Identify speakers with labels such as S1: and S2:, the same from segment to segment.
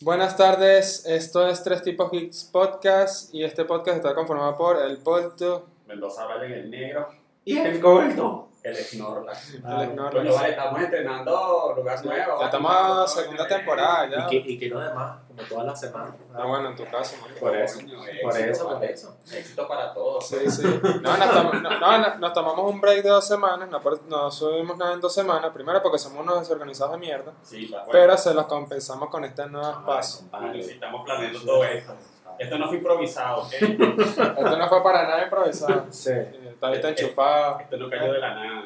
S1: Buenas tardes, esto es Tres Tipos Geeks Podcast y este podcast está conformado por el Polto,
S2: Mendoza Valle, el negro,
S3: Y el Goberto.
S2: el Snorlax.
S1: el Ignorlax.
S2: Ah, Coño, vale, estamos entrenando lugar nuevo.
S1: Ya estamos en segunda temporada
S3: Y
S1: ya.
S3: que, y que lo demás, como todas las semanas.
S1: Ah, bueno, en tu caso, marico.
S2: Por eso, por eso,
S3: por
S2: por eso.
S3: eso.
S2: Éxito para todos.
S1: Sí, sí. No, nos, tom- no, no, no, nos tomamos un break de dos semanas, no, por- no subimos nada en dos semanas, primero porque somos unos desorganizados de mierda,
S2: Sí, la-
S1: pero se los compensamos con este nuevo
S3: Ah,
S1: espacio.
S2: bueno, sí, estamos planeando todo esto. Esto no fue improvisado, ¿ok?
S1: Esto no fue para nada improvisado,
S3: Sí.
S1: Eh, todavía está enchufado.
S2: Esto no cayó de la nada.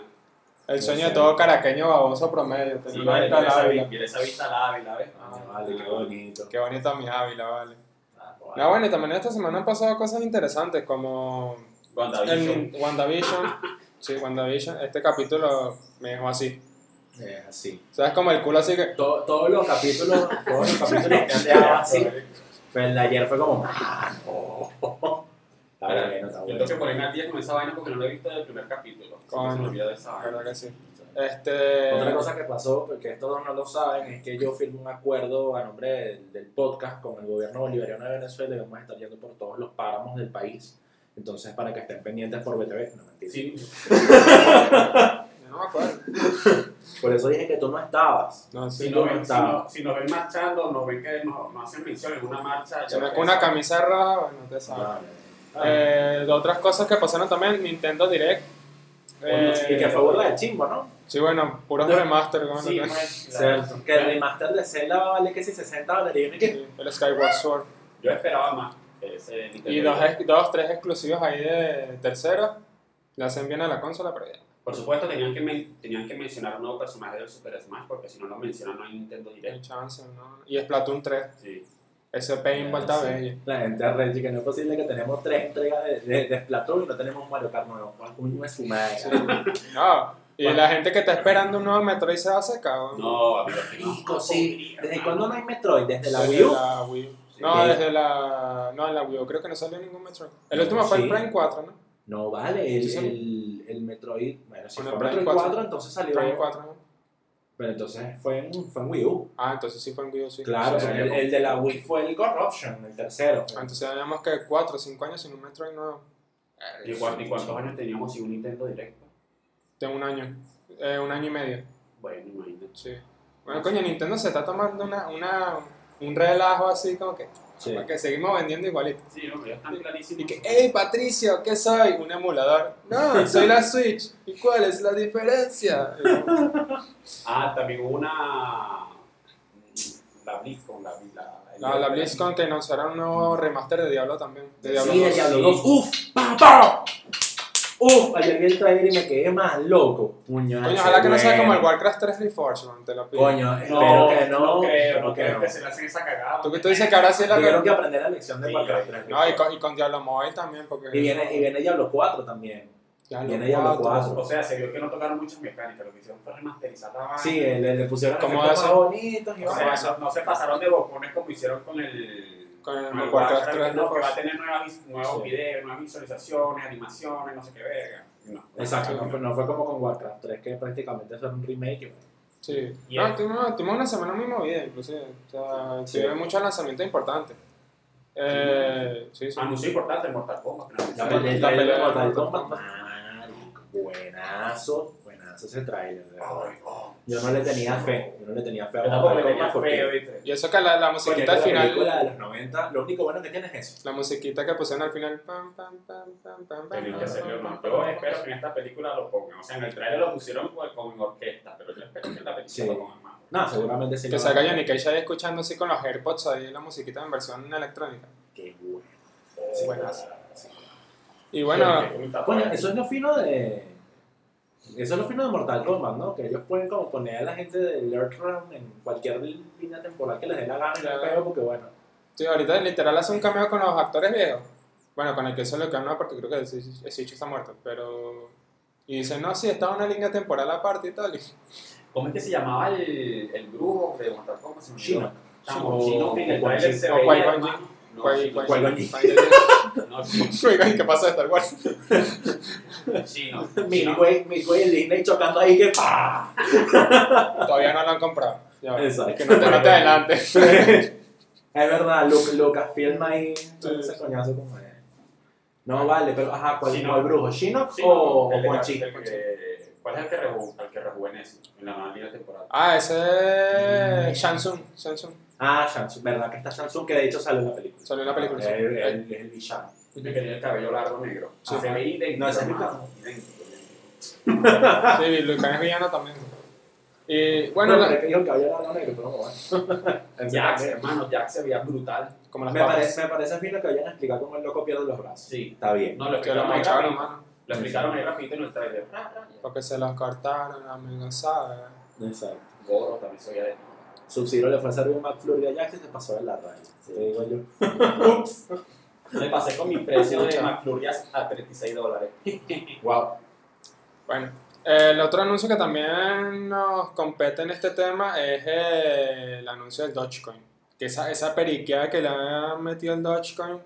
S1: El sueño de todo caraqueño baboso promedio,
S2: eh, Sí,
S1: tener una
S2: vale,
S1: vista al
S2: mira esa, vi-
S1: Ávila.
S2: mira esa vista al Ávila, ¿ves?
S3: Ah, vale, qué bonito.
S1: Qué bonita mi Ávila, vale.
S3: Ah,
S1: No, bueno, y también esta semana han pasado cosas interesantes como
S2: WandaVision.
S1: el WandaVision. Sí, WandaVision. Este capítulo me dejó así.
S3: Es así.
S1: O sea, es como el culo así que...
S3: To- todos los capítulos, todos los capítulos que han dejado
S2: Ah,
S3: así. Pero el de ayer fue como. ah, no. Está bueno, está
S2: Yo tengo que
S3: bueno.
S2: ponerme al día con esa vaina porque no lo he visto del primer capítulo. Así que
S1: Coño.
S2: Se me olvida de esa
S1: ah, La
S2: vaina.
S1: verdad que sí.
S3: Otra
S1: Este...
S3: cosa que pasó, porque estos no lo saben, es que yo firmé un acuerdo a nombre del, del podcast con el gobierno bolivariano de Venezuela y vamos a estar yendo por todos los páramos del país. Entonces, para que estén pendientes por BTV, no mentira.
S2: Sí,
S1: Yo no me acuerdo.
S3: Por eso dije que tú no estabas.
S1: No,
S2: Si
S1: sí.
S2: nos,
S3: no
S2: ven, si,
S3: estaba.
S2: no- si nos ven marchando, nos ven que nos, nos hacen mención en una marcha.
S1: Se me
S2: ya
S1: con una
S2: ves.
S1: camisa roja, bueno, ustedes saben.
S3: Vale.
S1: Eh, de otras cosas que pasaron también, Nintendo Direct. Eh,
S3: Bueno, sí, y que fue burla de chimbo, ¿no?
S1: Sí, bueno, puros
S3: No.
S1: remaster. bueno,
S2: Sí,
S1: que-
S2: pues, claro.
S3: Cierto. Que el remaster de Zelda va a valer que si 60 dólares. Y yo, ¿qué?
S1: sí, El Skyward Sword.
S2: Yo esperaba más. que ese Nintendo
S1: Y dos,
S2: Direct.
S1: ex- dos, tres exclusivos ahí de tercera. Le hacen bien a la consola, pero ya.
S2: Por supuesto, tenían que, men- tenían que mencionar un nuevo personaje del Super Smash porque si no lo mencionan, no hay Nintendo
S1: No
S2: Direct.
S1: hay chance, ¿no? Y Splatoon 3.
S2: Sí.
S1: Ese paintball está bello.
S3: La gente arrecha que no es posible que tenemos tres entregas de, de, de Splatoon y no tenemos Mario Kart nuevo. Coño, es su madre.
S1: No. Y
S3: Bueno.
S1: la gente que está esperando un nuevo Metroid se va a secar, weón.
S2: No, amigo, que no.
S3: Marico, sí. ¿Desde cuándo no hay Metroid? ¿Desde la
S1: Desde
S3: Wii U?
S1: la Wii U.
S2: Sí.
S1: No, desde la. No, en la Wii U creo que no salió ningún Metroid. El último fue el
S3: Sí.
S1: Prime 4, ¿no?
S3: No vale, el,
S1: Sí, sí.
S3: el, el Metroid. Bueno, si
S1: Bueno,
S3: fue
S1: Prime
S3: Metroid 4,
S1: cuatro.
S3: entonces salió.
S1: Prime 4, ¿no?
S3: Pero entonces fue en, fue en Wii U.
S1: Ah, entonces sí fue en Wii U, sí.
S3: Claro,
S2: sí,
S3: porque
S2: sí.
S3: el, el de la Wii fue el Corruption, el tercero.
S1: Ah, Entonces teníamos que 4 o 5 años sin un Metroid nuevo.
S2: ¿Y cuánto- y cuántos años teníamos sin un Nintendo Direct?
S1: De un año. Eh, un año y medio.
S2: Bueno, imagínate.
S1: Sí. Bueno, coño, Nintendo se está tomando una, una, un relajo así como que,
S3: Sí.
S1: porque seguimos vendiendo igualito.
S2: Sí, no, ya están clarísimos.
S1: Y que, hey Patricio, ¿qué soy? Un emulador. No, soy la Switch. ¿Y cuál es la diferencia? Y yo,
S2: Ah, también hubo una. La BlizzCon, la. La,
S1: Ah, La, la BlizzCon que anunciaron un nuevo remaster de Diablo también. De Diablo
S3: Sí,
S2: dos,
S3: el
S1: 2.
S3: Diablo
S2: sí.
S3: 2. ¡Uf! ¡Pam, pam! ¡Uf! Ayer vi el trailer y me quedé más loco. Puñal.
S1: Coño, ojalá que no sea
S3: bueno.
S1: como el Warcraft 3 Reforged, man, te lo pido.
S3: Coño,
S2: No,
S3: espero que no.
S2: no creo,
S3: espero
S2: no
S3: que
S2: creo
S3: no.
S2: que se le hacen esa cagada.
S1: Tú que tú dices que ahora sí es la
S3: Tuvieron que
S1: que...
S3: aprender la lección de
S2: Sí,
S3: Warcraft
S2: sí.
S3: 3.
S1: No, y con, y con Diablo Mobile también, porque...
S3: y, viene, y viene Diablo 4 también.
S1: Diablo
S3: viene Diablo
S1: 4.
S2: O sea, se vio que no tocaron muchas mecánicas, lo que hicieron fue remasterizar la
S1: Ah,
S2: vaina.
S3: Sí, eh, le, le pusieron
S1: ¿Cómo
S3: efectos
S1: hace?
S3: más bonitos y
S2: O
S3: vaina.
S2: sea, no, no se pasaron de bocones como hicieron con el.
S1: Con el
S2: con el
S1: Warcraft
S2: Warcraft,
S1: tres,
S2: no,
S1: ¿no?
S2: que va a tener nueva vis- nuevos
S3: Sí.
S2: videos, nuevas visualizaciones, animaciones, no sé qué verga. No.
S3: Exacto, no fue, no fue como con Warcraft 3, que prácticamente eso era un remake. y bueno.
S1: Sí.
S2: Yeah.
S1: No, tuvimos, tuvimos una semana muy movida, inclusive. O sea,
S3: Sí.
S1: tuvimos muchos lanzamientos importantes. Eh, sí,
S3: Ah,
S1: sí.
S2: Anuncio importante: Mortal Kombat. que
S3: La
S2: no-
S1: pelea-
S3: pelea,
S1: la pelea
S3: de Mortal
S1: Kombat.
S3: Kombat. Marico, buenazo, buenazo ese trailer. de verdad.
S2: Ay, oh.
S3: Yo no le tenía fe, yo no le tenía fe a
S2: Yo tampoco
S3: Mortal
S2: le
S3: Kombat
S2: tenía feo,
S3: porque
S2: ¿viste?
S1: Y eso que la, la
S3: porque
S1: musiquita
S3: la
S1: al final,
S3: película de los 90, lo único bueno que tiene es eso.
S1: la musiquita que pusieron al final. pam, pam, pam, pam, pam, pam,
S2: Tenían
S1: pam,
S2: que hacerlo,
S1: pam,
S2: ¿no?
S1: pam,
S2: Yo
S1: pam,
S2: espero que en esta película lo pongan. O sea, en el trailer lo pusieron con, con orquesta, pero yo espero que en la película
S3: Sí.
S2: lo pongan más.
S3: No, seguramente sí.
S1: Que
S3: lo
S1: salga
S3: van a-
S1: Johnny Cage ahí escuchando así con los AirPods ahí la musiquita en versión electrónica.
S3: Qué bueno.
S1: Sí, bueno,
S2: Oh, Sí.
S1: Y bueno,
S2: Sí, que un tatuaje.
S3: Bueno, eso es lo fino de. Eso es lo fino de Mortal Kombat, ¿no? Que ellos pueden como poner a la gente del Earthrealm en cualquier línea temporal que les dé la gana y no hay
S1: Claro.
S3: pedo porque bueno.
S1: sí, ahorita literal hace un cameo con los actores viejos. Bueno, con el que solo que no, porque creo que el Sitch el Sitch está muerto, pero... Y dice, no, sí, está una línea temporal aparte y tal. y-
S2: ¿Cómo es que se llamaba el, el brujo de Mortal Kombat? Se me olvidó.
S3: Chino.
S2: Chamo, Chino, que en el
S3: O-
S2: trailer se
S1: o
S2: veía,
S1: Qui-Gon
S2: hermano. No,
S1: Qui-
S2: Chino,
S1: Qui-
S3: Qui-Gon Jinn.
S1: Qui-
S2: No, Chino.
S1: Oigan, ¿qué pasa de Star Wars?
S2: Chino. Chino.
S3: Midway, Midway el Disney chocando ahí que ¡pa!
S1: Todavía no lo han comprado. Ya,
S3: Exacto.
S1: Que no te, no te adelantes.
S3: Es verdad, Lu- Lucasfilm ahí
S1: Sí.
S3: ese coñazo como de- No, vale, pero ajá, ¿cuál,
S2: Sí, no.
S3: cuál brujo? ¿Shinnok
S2: Sí,
S3: o,
S2: el
S3: o
S2: de-
S3: Quan-Chi?
S2: el que- ¿Cuál es el que, reju- el que rejuvenece en la novena temporada?
S1: Ah,
S2: Mm.
S1: ese es Shansung. Shansung.
S3: Ah, Shansu, verdad que está Shansu, que de hecho sale en la película.
S1: Salió en la película. sí.
S3: Él- él es el villano.
S2: El que tenía el cabello largo negro.
S3: Sí.
S2: Ah, se ve idéntico.
S3: No, ese es
S2: hermano, idéntico, idéntico.
S1: Sí, Lucan es villano también. Y bueno,
S3: No,
S1: la-
S3: pero es que dijo que había lado negro, pero no, bueno.
S2: Jax, hermano, Jack se veía brutal.
S1: como las
S3: Me
S1: papas.
S3: parece, me parece fino que hayan explicado cómo el loco pierde los brazos.
S2: Sí.
S3: Está bien.
S2: No, lo
S1: Que lo
S2: explicaron ahí
S1: mocharon,
S2: rapidito.
S1: mano.
S2: Lo explicaron ahí rapidito en el trailer. Ra, ra, ya.
S1: Porque se los cortaron, amigo, ¿sabes?
S3: Exacto.
S2: Goro también se veía de...
S3: Sub-Zero le fue a servir un McFlurry a Jax y se pasó de la raya. Te digo yo.
S2: Ups. Me pasé con mi precio de
S1: Mucha.
S2: McFlurry a 36 dólares.
S3: Wow.
S1: Bueno, eh, el otro anuncio que también nos compete en este tema es eh, el anuncio del Dogecoin. Que esa, esa periqueada que le ha metido el Dogecoin,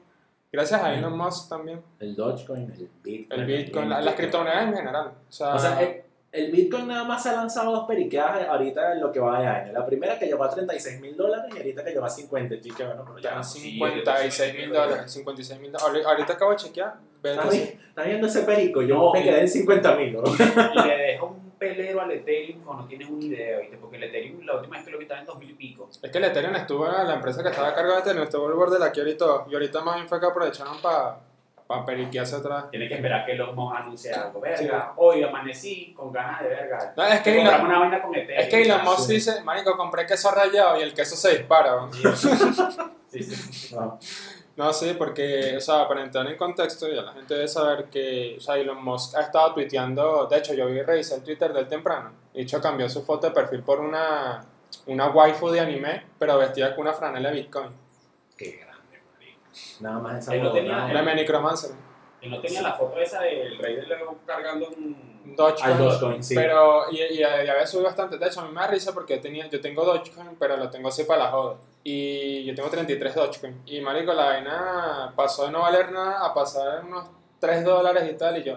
S1: gracias a Elon Musk también,
S3: El Dogecoin, el Bitcoin.
S1: el Bitcoin, la- las criptomonedas en general. O sea,
S3: O sea, eh, el, el Bitcoin nada más se ha lanzado dos periqueadas ahorita en lo que va de año. La primera que llegó a 36 mil dólares y ahorita que llegó a 50. Estoy que bueno, pero ya.
S1: están
S3: no.
S1: 56 mil dólares, 56 mil dólares. Ahorita acabo de chequear, vete
S3: ¿Estás vi- estás viendo ese perico? Yo
S2: No,
S3: me
S2: y-
S3: quedé en 50 mil,
S2: Y le deja un pelero al Ethereum cuando no tienes una idea, ¿viste? Porque el Ethereum la última vez que lo quitaron en 2000 y pico.
S1: Es que el Ethereum estuvo, la empresa que estaba a cargo de Ethereum estuvo al borde de la quiebra y todo. Y ahorita más bien fue que aprovecharon para pa periquearse atrás.
S2: Tienes que esperar que los mos anuncie algo. Verga, hoy amanecí con ganas de verga.
S1: No, es
S2: Es que
S1: que Elon,
S2: una vaina con Ethereum.
S1: es que Elon Musk
S3: Sí.
S1: dice, marico, compré queso rallado y el queso se dispara. weón".
S2: Sí, sí.
S3: ¿no?
S1: No, sí, porque, o sea, para entrar en contexto, ya la gente debe saber que, o sea, Elon Musk ha estado tuiteando, de hecho, yo vi revisé el Twitter del temprano, de hecho, cambió su foto de perfil por una, una waifu de anime, pero vestida con una franela de Bitcoin,
S3: Qué grande, marico. Nada más esa
S2: Él no tenía-
S3: huevonada.
S1: la Manicromancer,
S2: Y no tenía la foto esa del rey del león cargando un...
S3: Al
S1: Dogecoin,
S3: Dogecoin, sí.
S1: pero, y, y, y había subido bastante, de hecho, a mí me da risa porque yo, tenía, yo tengo Dogecoin, pero lo tengo así para la joda, y yo tengo 33 Dogecoin, y marico, la vaina pasó de no valer nada a pasar unos 3 dólares y tal, y yo,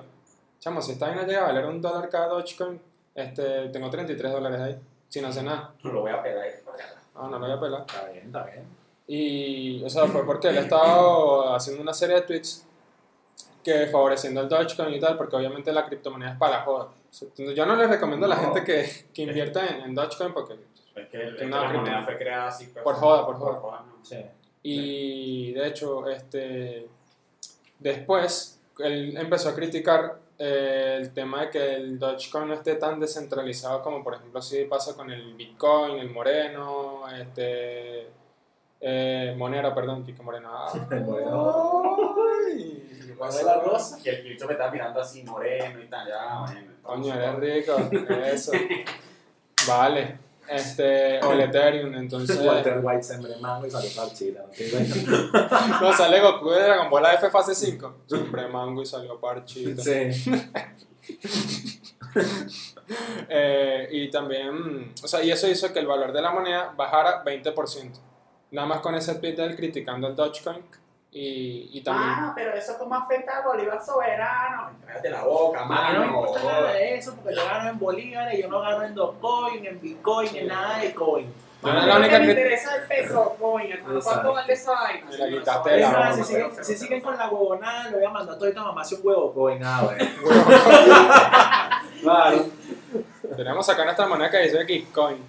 S1: Chamo, si esta vaina llega a valer un dólar cada Dogecoin, este, tengo 33 dólares ahí, sin hacer nada.
S2: Lo voy a pegar ahí para acá.
S1: No, no lo voy a pelar.
S3: Está bien, está bien.
S1: Y, o sea, fue porque él ha estado haciendo una serie de tweets que favoreciendo el Dogecoin y tal, porque obviamente la criptomoneda es para la joda. O sea, Yo no le recomiendo a la
S2: No.
S1: gente que, que invierta en, en Dogecoin porque...
S2: Es que, es
S1: Que
S2: que
S1: no,
S2: la
S1: cripto.
S2: moneda fue creada así. pues,
S1: Por joda, por joda.
S2: no.
S3: Sí.
S1: Y, de hecho, este, después él empezó a criticar eh, el tema de que el Dogecoin no esté tan descentralizado como por ejemplo si pasa con el Bitcoin, el Moreno, este eh, Monero, perdón, Kiko Moreno. Ah.
S3: El Moreno.
S1: Ay, ¿qué
S3: ¿Cuál
S1: pasó?
S3: es la rosa?
S2: Y el bicho me estaba mirando así moreno y tal, ya, bueno.
S1: Coño, eres rico, eso. Vale. Este, o el Ethereum, entonces.
S3: Walter White sembré mango y salió parchita. ¿no te das cuenta?
S1: No sale Goku de Dragon Ball F fase 5. Siempre mango y salió parchito.
S3: Sí.
S1: Eh, y también, mm, o sea, y eso hizo que el valor de la moneda bajara 20%. Nada más con ese tweet del criticando el Dogecoin y, y también.
S2: Ah, pero eso como afecta a Bolívar soberano. Cállate la boca,
S3: Mano, Ah, no me
S2: mano.
S3: importa nada de eso porque yo gano en bolívares, yo no gano en Dogecoin, en Bitcoin, en nada de coin.
S1: Yo no era la única que.
S2: interesa el peso, coño.
S3: hermano? ¿Cuánto vale
S2: esa vaina?
S1: Me la quitaste de
S3: Es
S1: la
S3: más,
S1: broma,
S3: si siguen, si siguen con la huevonada, le voy a mandar a toda esta mamá si un huevo coin. Ah, bueno. Claro.
S1: Tenemos acá nuestra moneda que dice Bitcoin.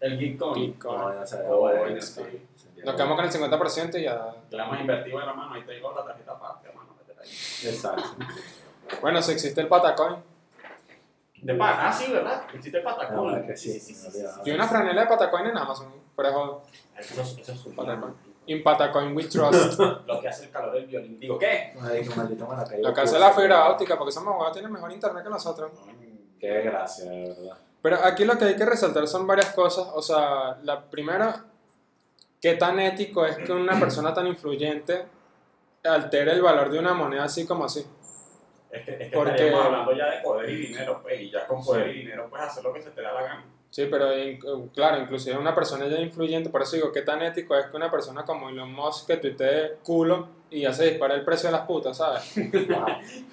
S2: El Bitcoin.
S1: Bitcoin.
S3: o sea,
S2: Coin,
S3: sí.
S2: sí.
S1: Nos quedamos con el 50% y ya.
S2: La hemos invertido, hermano. Ahí te digo la tarjeta aparte, hermano. métete ahí.
S3: Exacto.
S1: Bueno, si existe el Patacoin.
S2: De pan. Ah, sí, ¿verdad? Hiciste el patacón.
S3: Ah, que sí, me olvidaba.
S1: Y una franela de Patacoin en Amazon. Pero joder.
S2: Eso, es- eso es un
S1: Patacón. In Patacoin we trust.
S2: Lo que hace el calor del violín. Digo, ¿qué?
S3: Ay, qué maldito pues. me la cayó.
S1: Lo que hace la fibra óptica, porque somos abogados, tienen mejor internet que nosotros.
S3: Qué desgracia, de verdad.
S1: Pero aquí lo que hay que resaltar son varias cosas. O sea, la primera, qué tan ético es que una persona tan influyente altere el valor de una moneda así como así.
S2: Es que, es que
S1: Porque-
S2: estaríamos hablando ya de poder y dinero, pues, y ya con poder y dinero puedes hacer lo que se te da la gana.
S1: Sí, pero in- claro, inclusive una persona ya influyente, por eso digo, qué tan ético es que una persona como Elon Musk que tuitee culo y ya se dispara el precio de las putas, ¿sabes?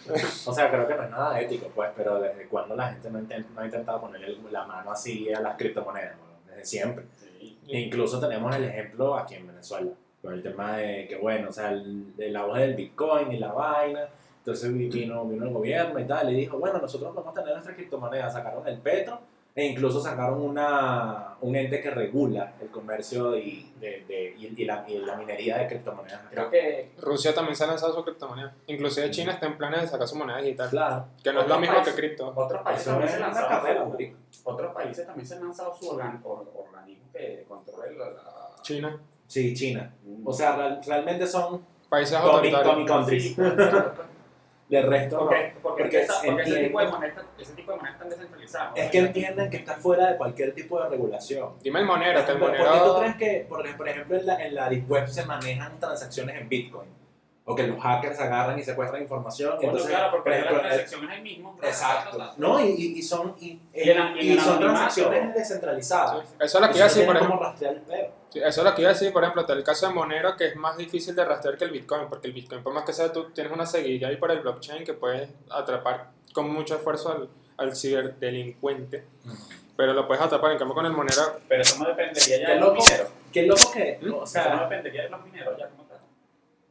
S3: Wow. O sea, creo que no es nada ético, pues, pero desde cuando la gente no, inten- no ha intentado ponerle la mano así a las criptomonedas, bueno, desde siempre.
S2: Sí.
S1: y-
S3: E Incluso tenemos el ejemplo aquí en Venezuela, con el tema de que, bueno, o sea, el, el auge del Bitcoin y la vaina. Entonces vi- vino, vino el gobierno y tal, y dijo, bueno, nosotros vamos a tener nuestras criptomonedas. Sacaron el Petro e incluso sacaron una, un ente que regula el comercio y, de, de- y, y la, y la minería de criptomonedas.
S2: Creo que
S1: Rusia también se ha lanzado su criptomoneda. Inclusive China está en planes de sacar su moneda digital.
S3: Claro,
S1: Que no es lo
S2: Otro
S1: mismo
S2: país.
S3: pues,
S1: que cripto.
S2: otros países
S3: eso
S2: también
S3: es
S2: se han
S3: una
S2: lanzado
S3: carrera.
S2: su-
S3: marico.
S2: otros países también se han lanzado su organ- or- organismo que controla la, la-
S1: China.
S3: Sí, China. O sea, real- realmente son
S1: Países
S3: Tommy,
S1: autoritarios.
S3: Tommy countries.
S2: Sí, porque,
S3: Del resto, no.
S2: porque,
S3: Porque
S2: esa- porque ese
S3: entiendo.
S2: tipo de moneda, ese tipo de moneda están descentralizadas.
S3: Es que entienden que está fuera de cualquier tipo de regulación.
S1: Dime el monero, que el
S3: Por ejemplo, ¿Por
S1: monero.
S3: qué tú crees que, por, por ejemplo, en la, en la Deep Web se manejan transacciones en Bitcoin? O que los hackers agarran y secuestran información.
S2: Coño,
S3: entonces,
S2: claro, porque
S3: por ejemplo,
S2: las
S3: el-
S2: transacciones ahí mismo.
S3: exacto. No, y, y- y son, y,
S2: Y en la- y en
S3: y
S2: el
S3: son
S2: anonimato.
S3: transacciones descentralizadas.
S1: Sí, Eso es lo que iba a decir, por ejemplo.
S3: Como rastrear el pedo.
S1: Sí, Eso es lo que iba a decir, por ejemplo, está el caso de Monero, que es más difícil de rastrear que el Bitcoin, porque el Bitcoin, por más que sea, tú tienes una seguidilla ahí por el blockchain que puedes atrapar con mucho esfuerzo al, al ciberdelincuente, pero lo puedes atrapar. En cambio, con el Monero,
S2: Pero eso no dependería ya
S3: Qué
S2: de los
S3: loco.
S2: mineros.
S3: Qué loco que,
S1: ¿Mm?
S3: o
S2: Eso no
S3: sea,
S2: dependería de los mineros ya como tal.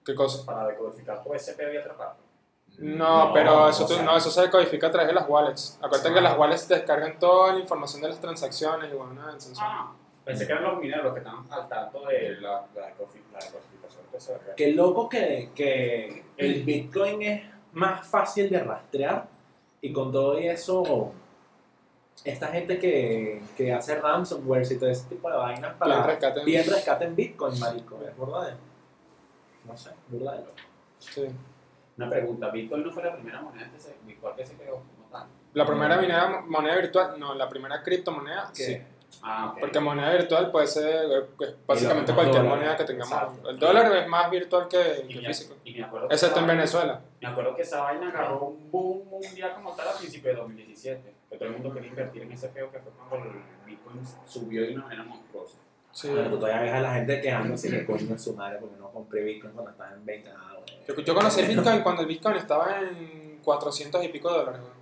S1: ¿qué cosa?
S2: Para decodificar todo ese pedo y atraparlo.
S1: No,
S3: No,
S1: pero eso,
S3: o
S1: tú-
S3: sea-
S1: no, eso se decodifica a través de las wallets. Acuérdate que las wallets descargan toda la información de las transacciones y bueno, nada, entonces-
S2: Ah, pensé que eran los mineros los que estaban al tanto de la, la, decodifi- la decodificación de ese verga.
S3: qué loco que, que el Bitcoin es más fácil de rastrear y con todo y eso, esta gente que, que hace ransomware y todo ese tipo de vainas para...
S1: Plan rescate.
S3: Bien rescate en Bitcoin, marico. Es verdad. No sé, verdad.
S1: Sí.
S2: Una pregunta, Bitcoin no fue la primera moneda que se, virtual que se creó como tal.
S1: La primera moneda, moneda virtual, no, la primera criptomoneda, sí.
S2: Ah, ok.
S1: Porque moneda virtual puede ser eh, pues, básicamente
S3: Y los
S1: cualquier
S3: dólares,
S1: moneda que tengamos.
S3: exacto.
S1: El dólar es más virtual que,
S2: y
S1: que
S2: me,
S1: físico.
S2: y me acuerdo que
S1: Excepto
S2: esa
S1: en
S2: vaina-
S1: Venezuela.
S2: Me acuerdo que esa vaina agarró un boom mundial como tal a principios de 2017. Que todo el mundo quería invertir en ese peo que fue cuando el Bitcoin subió de una manera monstruosa.
S1: Sí.
S3: Ah, tú todavía ves a la gente quejándose que coño es su madre porque no compré Bitcoin cuando estaba en 20 nada, güey.
S1: Yo, yo conocí el Bitcoin cuando el Bitcoin estaba en 400 y pico de dólares. güey.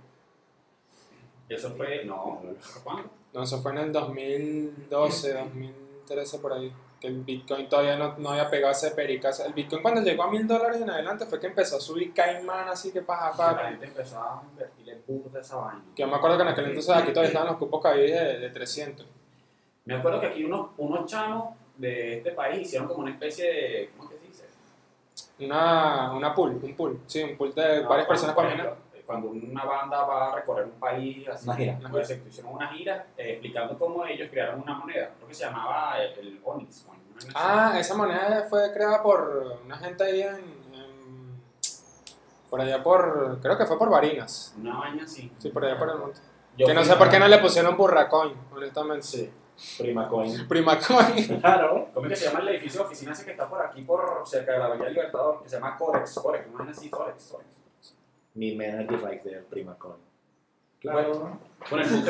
S2: Y eso fue. No, ¿pero ¿cuándo?
S1: No, eso fue en el 2012, 2013 por ahí. Que el Bitcoin todavía no, no había pegado ese pericazo. El Bitcoin cuando llegó a mil dólares en adelante fue que empezó a subir caimán así que paja,
S2: La
S1: paja.
S2: gente empezó a invertir en burro de esa vaina. Eh,
S1: Que yo me acuerdo que en aquel entonces aquí todavía estaban los cupos caídos de, de 300.
S2: Me acuerdo que aquí unos, unos chamos de este país hicieron como una especie de. ¿Cómo que se dice?
S1: Una, una pool, un pool. Sí, un pool
S2: Ah,
S1: de Eh, varias personas
S2: por
S1: para minar.
S2: ejemplo, Cuando una banda va a recorrer un país así,
S3: Una gira.
S2: una gira, se hicieron una gira eh, explicando cómo ellos crearon una moneda, creo que se llamaba el, el Onyx. o alguna vaina
S1: Ah,
S2: así.
S1: esa moneda fue creada por una gente ahí en, en- Por allá por... Creo que fue por Barinas.
S2: Una vaina así.
S1: Sí, por allá por el monte.
S2: Yo
S1: que no
S2: fui
S1: sé por qué
S2: a-
S1: no le pusieron Burracoin, honestamente.
S3: Sí. Prima coin.
S1: Primacoin.
S3: Claro.
S2: ¿Cómo es que se llama el edificio de oficinas ese que está por aquí, por cerca de la Avenida Libertador? Que se llama Corex, Corex, una vaina así, Corex, Corex.
S3: Mi manager right there, prima coin.
S2: Claro. Bueno, el punto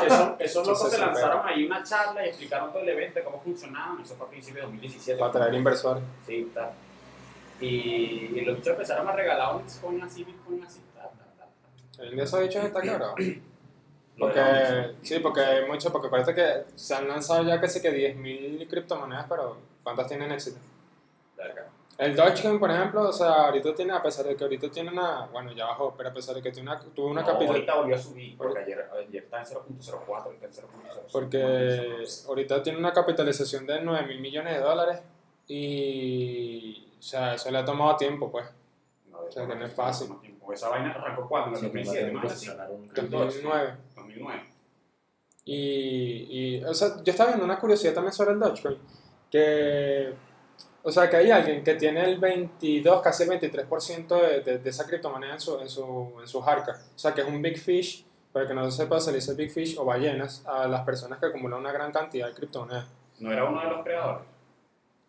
S2: que eso- esos locos
S1: Entonces,
S2: se
S1: se
S2: lanzaron ahí una charla y explicaron todo el evento, cómo funcionaba, eso fue a principios de 2017.
S1: Para traer inversores.
S2: Sí, tal. Y, y los bichos empezaron a regalar un Bitcoin así, Bitcoin así, tal, tal, tal. tal.
S1: El de esos hechos está claro.
S2: Lo dejaron
S1: Porque,
S2: así.
S1: sí, porque hay mucho, porque parece que se han lanzado ya casi que 10.000 criptomonedas, pero ¿cuántas tienen éxito?
S2: Verga.
S1: El Dogecoin, por ejemplo, o sea, ahorita tiene, a pesar de que ahorita tiene una, bueno, ya bajó, pero a pesar de que tiene una, tuvo una
S2: No,
S1: capital,
S2: Ahorita volvió a subir, porque ayer, ayer está en 0.04, ahorita en 0.05.
S1: Porque ahorita tiene una capitalización de 9 mil millones de dólares y. O sea, eso le ha tomado tiempo, pues.
S2: No, de-
S1: o sea, que no es fácil. pues,
S2: no, tiempo. Esa vaina arrancó cuando, en
S3: Sí,
S2: el
S3: me
S2: 2007,
S3: mandaron a
S2: más así.
S3: posicionar un-
S1: 2009.
S2: 2009.
S1: Y, y. O sea, yo estaba viendo una curiosidad también sobre el Dogecoin. Que. O sea, que hay alguien que tiene el 22, casi el 23% de, de, de esa criptomoneda en, su, en, su, en sus arcas. O sea, que es un big fish. Para que no se sepa, se le dice big fish o ballenas a las personas que acumulan una gran cantidad de criptomonedas.
S2: No era uno de los creadores.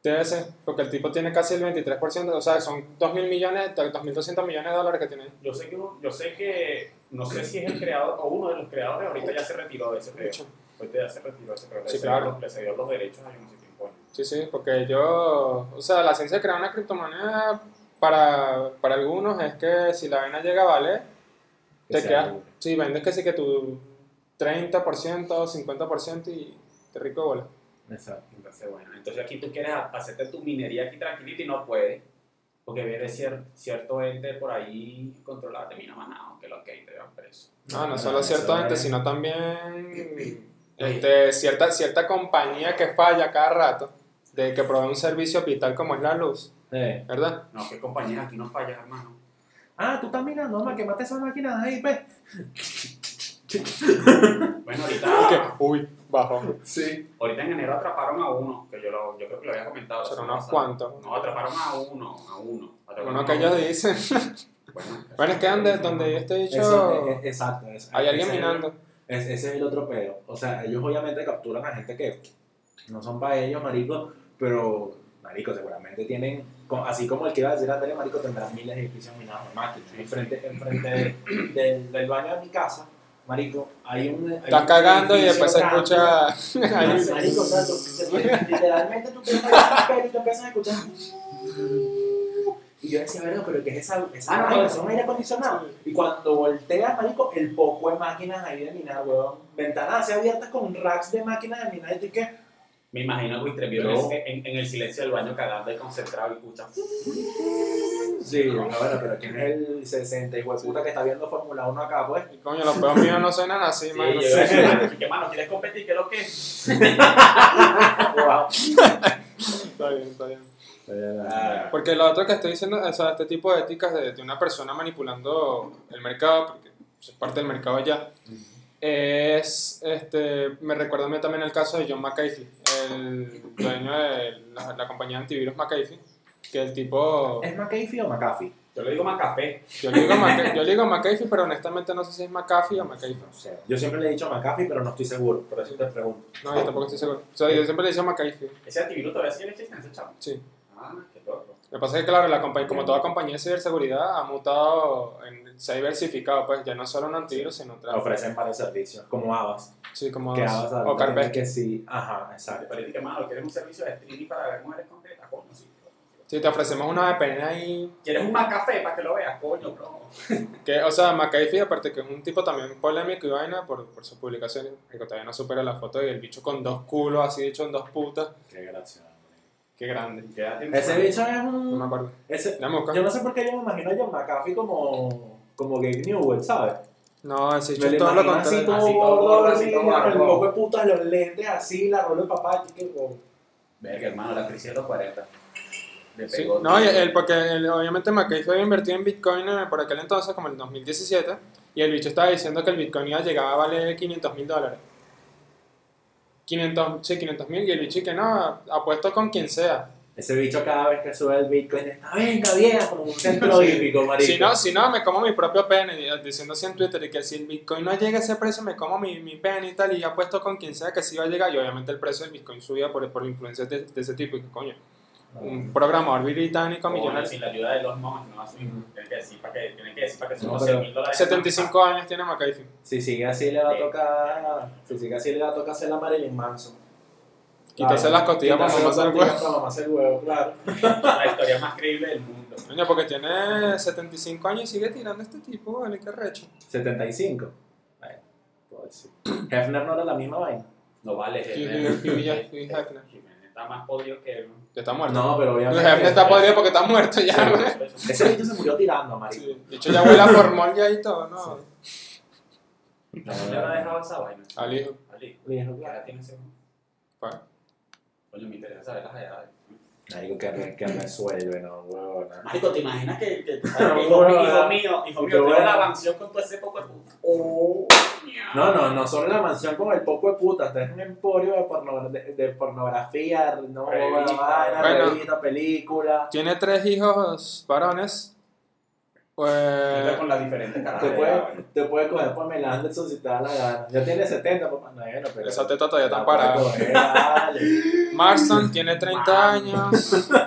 S1: Debe ser, porque el tipo tiene casi el 23%, o sea, son 2.000 millones, 2.200 millones de dólares que tiene.
S2: Yo sé que, uno- yo sé que no sé si es el creador o uno de los creadores, ahorita ya se retiró de ese creo.
S1: Mucho.
S2: Ahorita ya se retiró pues, de ese creo. Le
S1: Sí,
S2: cedió los-
S1: claro.
S2: Le cedió los derechos a yo no sé quién coño.
S1: Sí, sí, porque yo, o sea, la ciencia de crear una criptomoneda para, para algunos es que si la vaina llega a valer,
S3: Que
S1: te
S3: sea
S1: quedas,
S3: libre.
S1: sí, vendes que sí que tu 30%, 50% y te rico de bola.
S3: Exacto.
S2: Entonces, bueno, entonces aquí tú quieres hacerte tu minería aquí tranquilito y no puedes, porque viene cier- cierto ente por ahí controlado, te mira manado, que lo que hay, te llevan preso.
S1: No, no
S3: Bueno,
S1: solo
S3: Ah, eso
S1: cierta gente,
S3: es-
S1: sino también este, cierta, cierta compañía que falla cada rato, de que provee un servicio vital como es la luz,
S3: Eh.
S1: ¿verdad?
S2: No, qué compañías aquí no fallas, hermano.
S3: Ah, tú estás mirando, mamá, que mate esa máquina ahí, pues. ve.
S2: Bueno,
S1: Que,
S2: ahorita,
S1: uy, bajó.
S3: Sí.
S2: ahorita en enero atraparon a uno, que yo, lo, yo creo que lo había comentado. la
S1: Pero
S2: semana
S1: unos
S2: pasada.
S1: cuantos.
S2: No, atraparon a uno, a uno. Atraparon
S1: Uno
S2: a
S1: que ellos dicen.
S2: Bueno,
S1: Bueno, es que ande donde yo esté
S3: Eso, eh,
S1: dicho,
S3: eh, exacto. es-
S1: hay alguien
S3: ese-
S1: minando.
S3: Es, ese es el otro pedo. O sea, ellos obviamente capturan a gente que no son para ellos, marico, pero, marico, seguramente tienen, co- así como el que iba a decir Andrés, marico, tendrán miles de edificios minados de máquinas. Enfrente, enfrente de- del, del baño de mi casa, marico, hay un... hay
S1: Estás
S3: un
S1: cagando y
S3: edificio
S1: después se
S3: grande.
S1: escucha. hay un-
S3: Marico, o sea, tú- literalmente tú te vas a y tú empiezas a escuchar... Y yo decía, verga, pero ¿qué es esa? esa
S2: Ah, no,
S3: vaina?
S2: no.
S3: ¿Son aire acondicionado? Y cuando volteas, marico, el poco de máquinas ahí de minar, weón. Ventanas así abiertas con racks de máquinas de minar. Y tú que.
S2: Me imagino a Wistrevio
S3: No.
S2: en, en el silencio del baño cagando y concentrado y escucha.
S3: Sí, bueno, bueno, pero ¿quién es el 60 hijo de puta que está viendo Fórmula 1 acá, pues?
S1: Y coño, los peos míos no suenan así,
S2: Sí,
S1: mano.
S2: yo iba a decir, "Mano, ¿qué mano? ¿Quieres competir? ¿Qué es lo que?
S3: Wow.
S1: Está bien, está bien.
S2: Ah,
S1: Porque lo otro que estoy diciendo, o sea, este tipo de éticas de, de una persona manipulando el mercado, porque eso es parte del mercado ya, es, este, me recuerda a mí también el caso de John McAfee, el dueño de la, la compañía de antivirus McAfee, que el tipo,
S3: ¿Es McAfee o McAfee?
S2: Yo le digo más café.
S1: yo le digo, Maca- yo le digo McAfee, pero honestamente no sé si es McAfee o McAfee.
S3: No sé. Yo siempre le he dicho McAfee, pero no estoy seguro. Por eso te pregunto.
S1: No, yo tampoco estoy seguro. O sea, yo siempre le decía McAfee,
S2: Ese antivirus todavía sigue en existencia, chamo.
S1: sí.
S2: Ah, qué loco.
S1: Lo que pasa es que, claro, la compañía, como toda compañía de ciberseguridad, ha mutado, en- se ha diversificado, pues ya no solo en antivirus, sino otra.
S3: Ofrecen varios servicios, como Avas.
S1: Sí, como
S3: Que
S1: dos.
S3: Avas
S1: o
S3: ahorita tiene
S1: Carpesky.
S3: que sí. Ajá, exacto.
S2: Pero dije, mano, ¿quieres un servicio de streaming para ver mujeres con teta? Coño, sí.
S1: Sí, te ofrecemos una VPN ahí.
S2: ¿Quieres un más café para que lo veas? Coño, bro.
S1: Que, o sea, McAfee, aparte que es un tipo también polémico y vaina por, por sus publicaciones, que todavía no supera la foto y el bicho con dos culos, así dicho, en dos putas.
S3: Qué gracia.
S1: Qué grande.
S2: Quédate
S3: Ese bicho es
S1: No me
S3: un.
S1: acuerdo.
S3: Ese,
S1: Dame busca.
S3: Yo no sé por qué yo me imagino a John McAfee como, como Gabe Newell, ¿sabes?
S1: No, ese bicho
S3: Me
S1: es todo lo
S3: imagino así
S1: contrario.
S3: todo
S2: Así, todo
S3: gordo,
S2: gordo,
S3: así,
S2: así,
S3: con
S2: todo
S3: el
S2: barbón.
S3: poco de putas, los lentes así, la rola de papá, y que, oh,
S2: Verga, hermano, la crisis de los 40. Le
S1: Sí,
S2: pegó.
S1: No, y el, porque el- obviamente McAfee había invertido en Bitcoin eh, por aquel entonces, como en el 2017, y el bicho estaba diciendo que el Bitcoin iba a llegar a valer 500 mil dólares. 500, sí, 500 mil, y el bicho que no, apuesto con quien sea.
S3: Ese bicho cada vez que sube el Bitcoin está, venga vieja, como un centro hípico, marico.
S1: Si no, si no, me como mi propio pene, y- diciendo así en Twitter, y que si el Bitcoin no llega a ese precio, me como mi, mi pene y tal, y ya puesto con quien sea que sí va a llegar, y obviamente el precio del Bitcoin subía por, por influencias de, de ese tipo, y que coño, un programador británico
S2: Ah. Coño,
S1: millonario,
S2: sin la ayuda de los monos no va a subir. Tienen que decir para que, tienen que, decir para que
S3: No,
S2: suba
S3: pero
S2: 100 mil dólares.
S1: 75 años tiene McAfee.
S3: Si sigue así le va a tocar, si sigue así le va a tocar hacer la Marilyn Manson.
S1: Quitarse las costillas para
S3: Ah, Quitarse las
S1: mamarse el
S3: costillas
S1: huevo.
S3: para mamarse el huevo, claro.
S2: La historia más creíble del mundo.
S1: Coño, porque tiene 75 años y sigue tirando este tipo, vale, qué recho.
S3: 75. Bueno, puedo decir. Hefner no era la misma vaina.
S2: No vale,
S1: Hugh-
S2: Jiménez.
S1: Hugh- Hugh- Hugh Hefner.
S2: Jiménez está más podrido que él.
S1: Que está muerto.
S3: No, pero
S1: Hugh
S3: obviamente.
S1: Hefner está podrido porque está muerto ya, güey.
S3: Ese bicho se murió tirando, marico.
S1: Sí. De hecho, ya huele a formol ya y todo, ¿no?
S2: La señora ha dejado esa vaina.
S1: Al hijo.
S2: Ali,
S3: Le dijo,
S2: ¿qué
S3: claro.
S2: edad tiene ese hombre?
S1: Bueno.
S2: Coño, me interesa saber las edades.
S3: Marico, que, re- que resuelve, no, huevona.
S2: Marico, ¿te imaginas que, que,
S3: que hijo
S2: hijo, mío,
S3: mío, hijo
S2: hijo
S3: mío,
S2: mío,
S3: tengo
S2: tengo
S3: la
S2: la mansión con todo ese poco de puta?
S3: No, no, no solo la mansión con el poco de putas, es un emporio de, porno- de, de pornografía, no,
S2: Revista.
S3: vaina,
S1: Bueno.
S3: revista, película.
S1: Tiene tres hijos varones. Pues.
S2: con las diferentes caras.
S3: Te
S2: de
S3: puede,
S2: edad,
S3: te puede coger Pamela Anderson si te da la gana. Ya tiene 70, papá. No, bueno, pero.
S1: Esa teta todavía
S3: la
S1: está
S3: puede
S1: parada.
S3: coger, dale.
S1: Marston tiene 30 años.
S2: güey.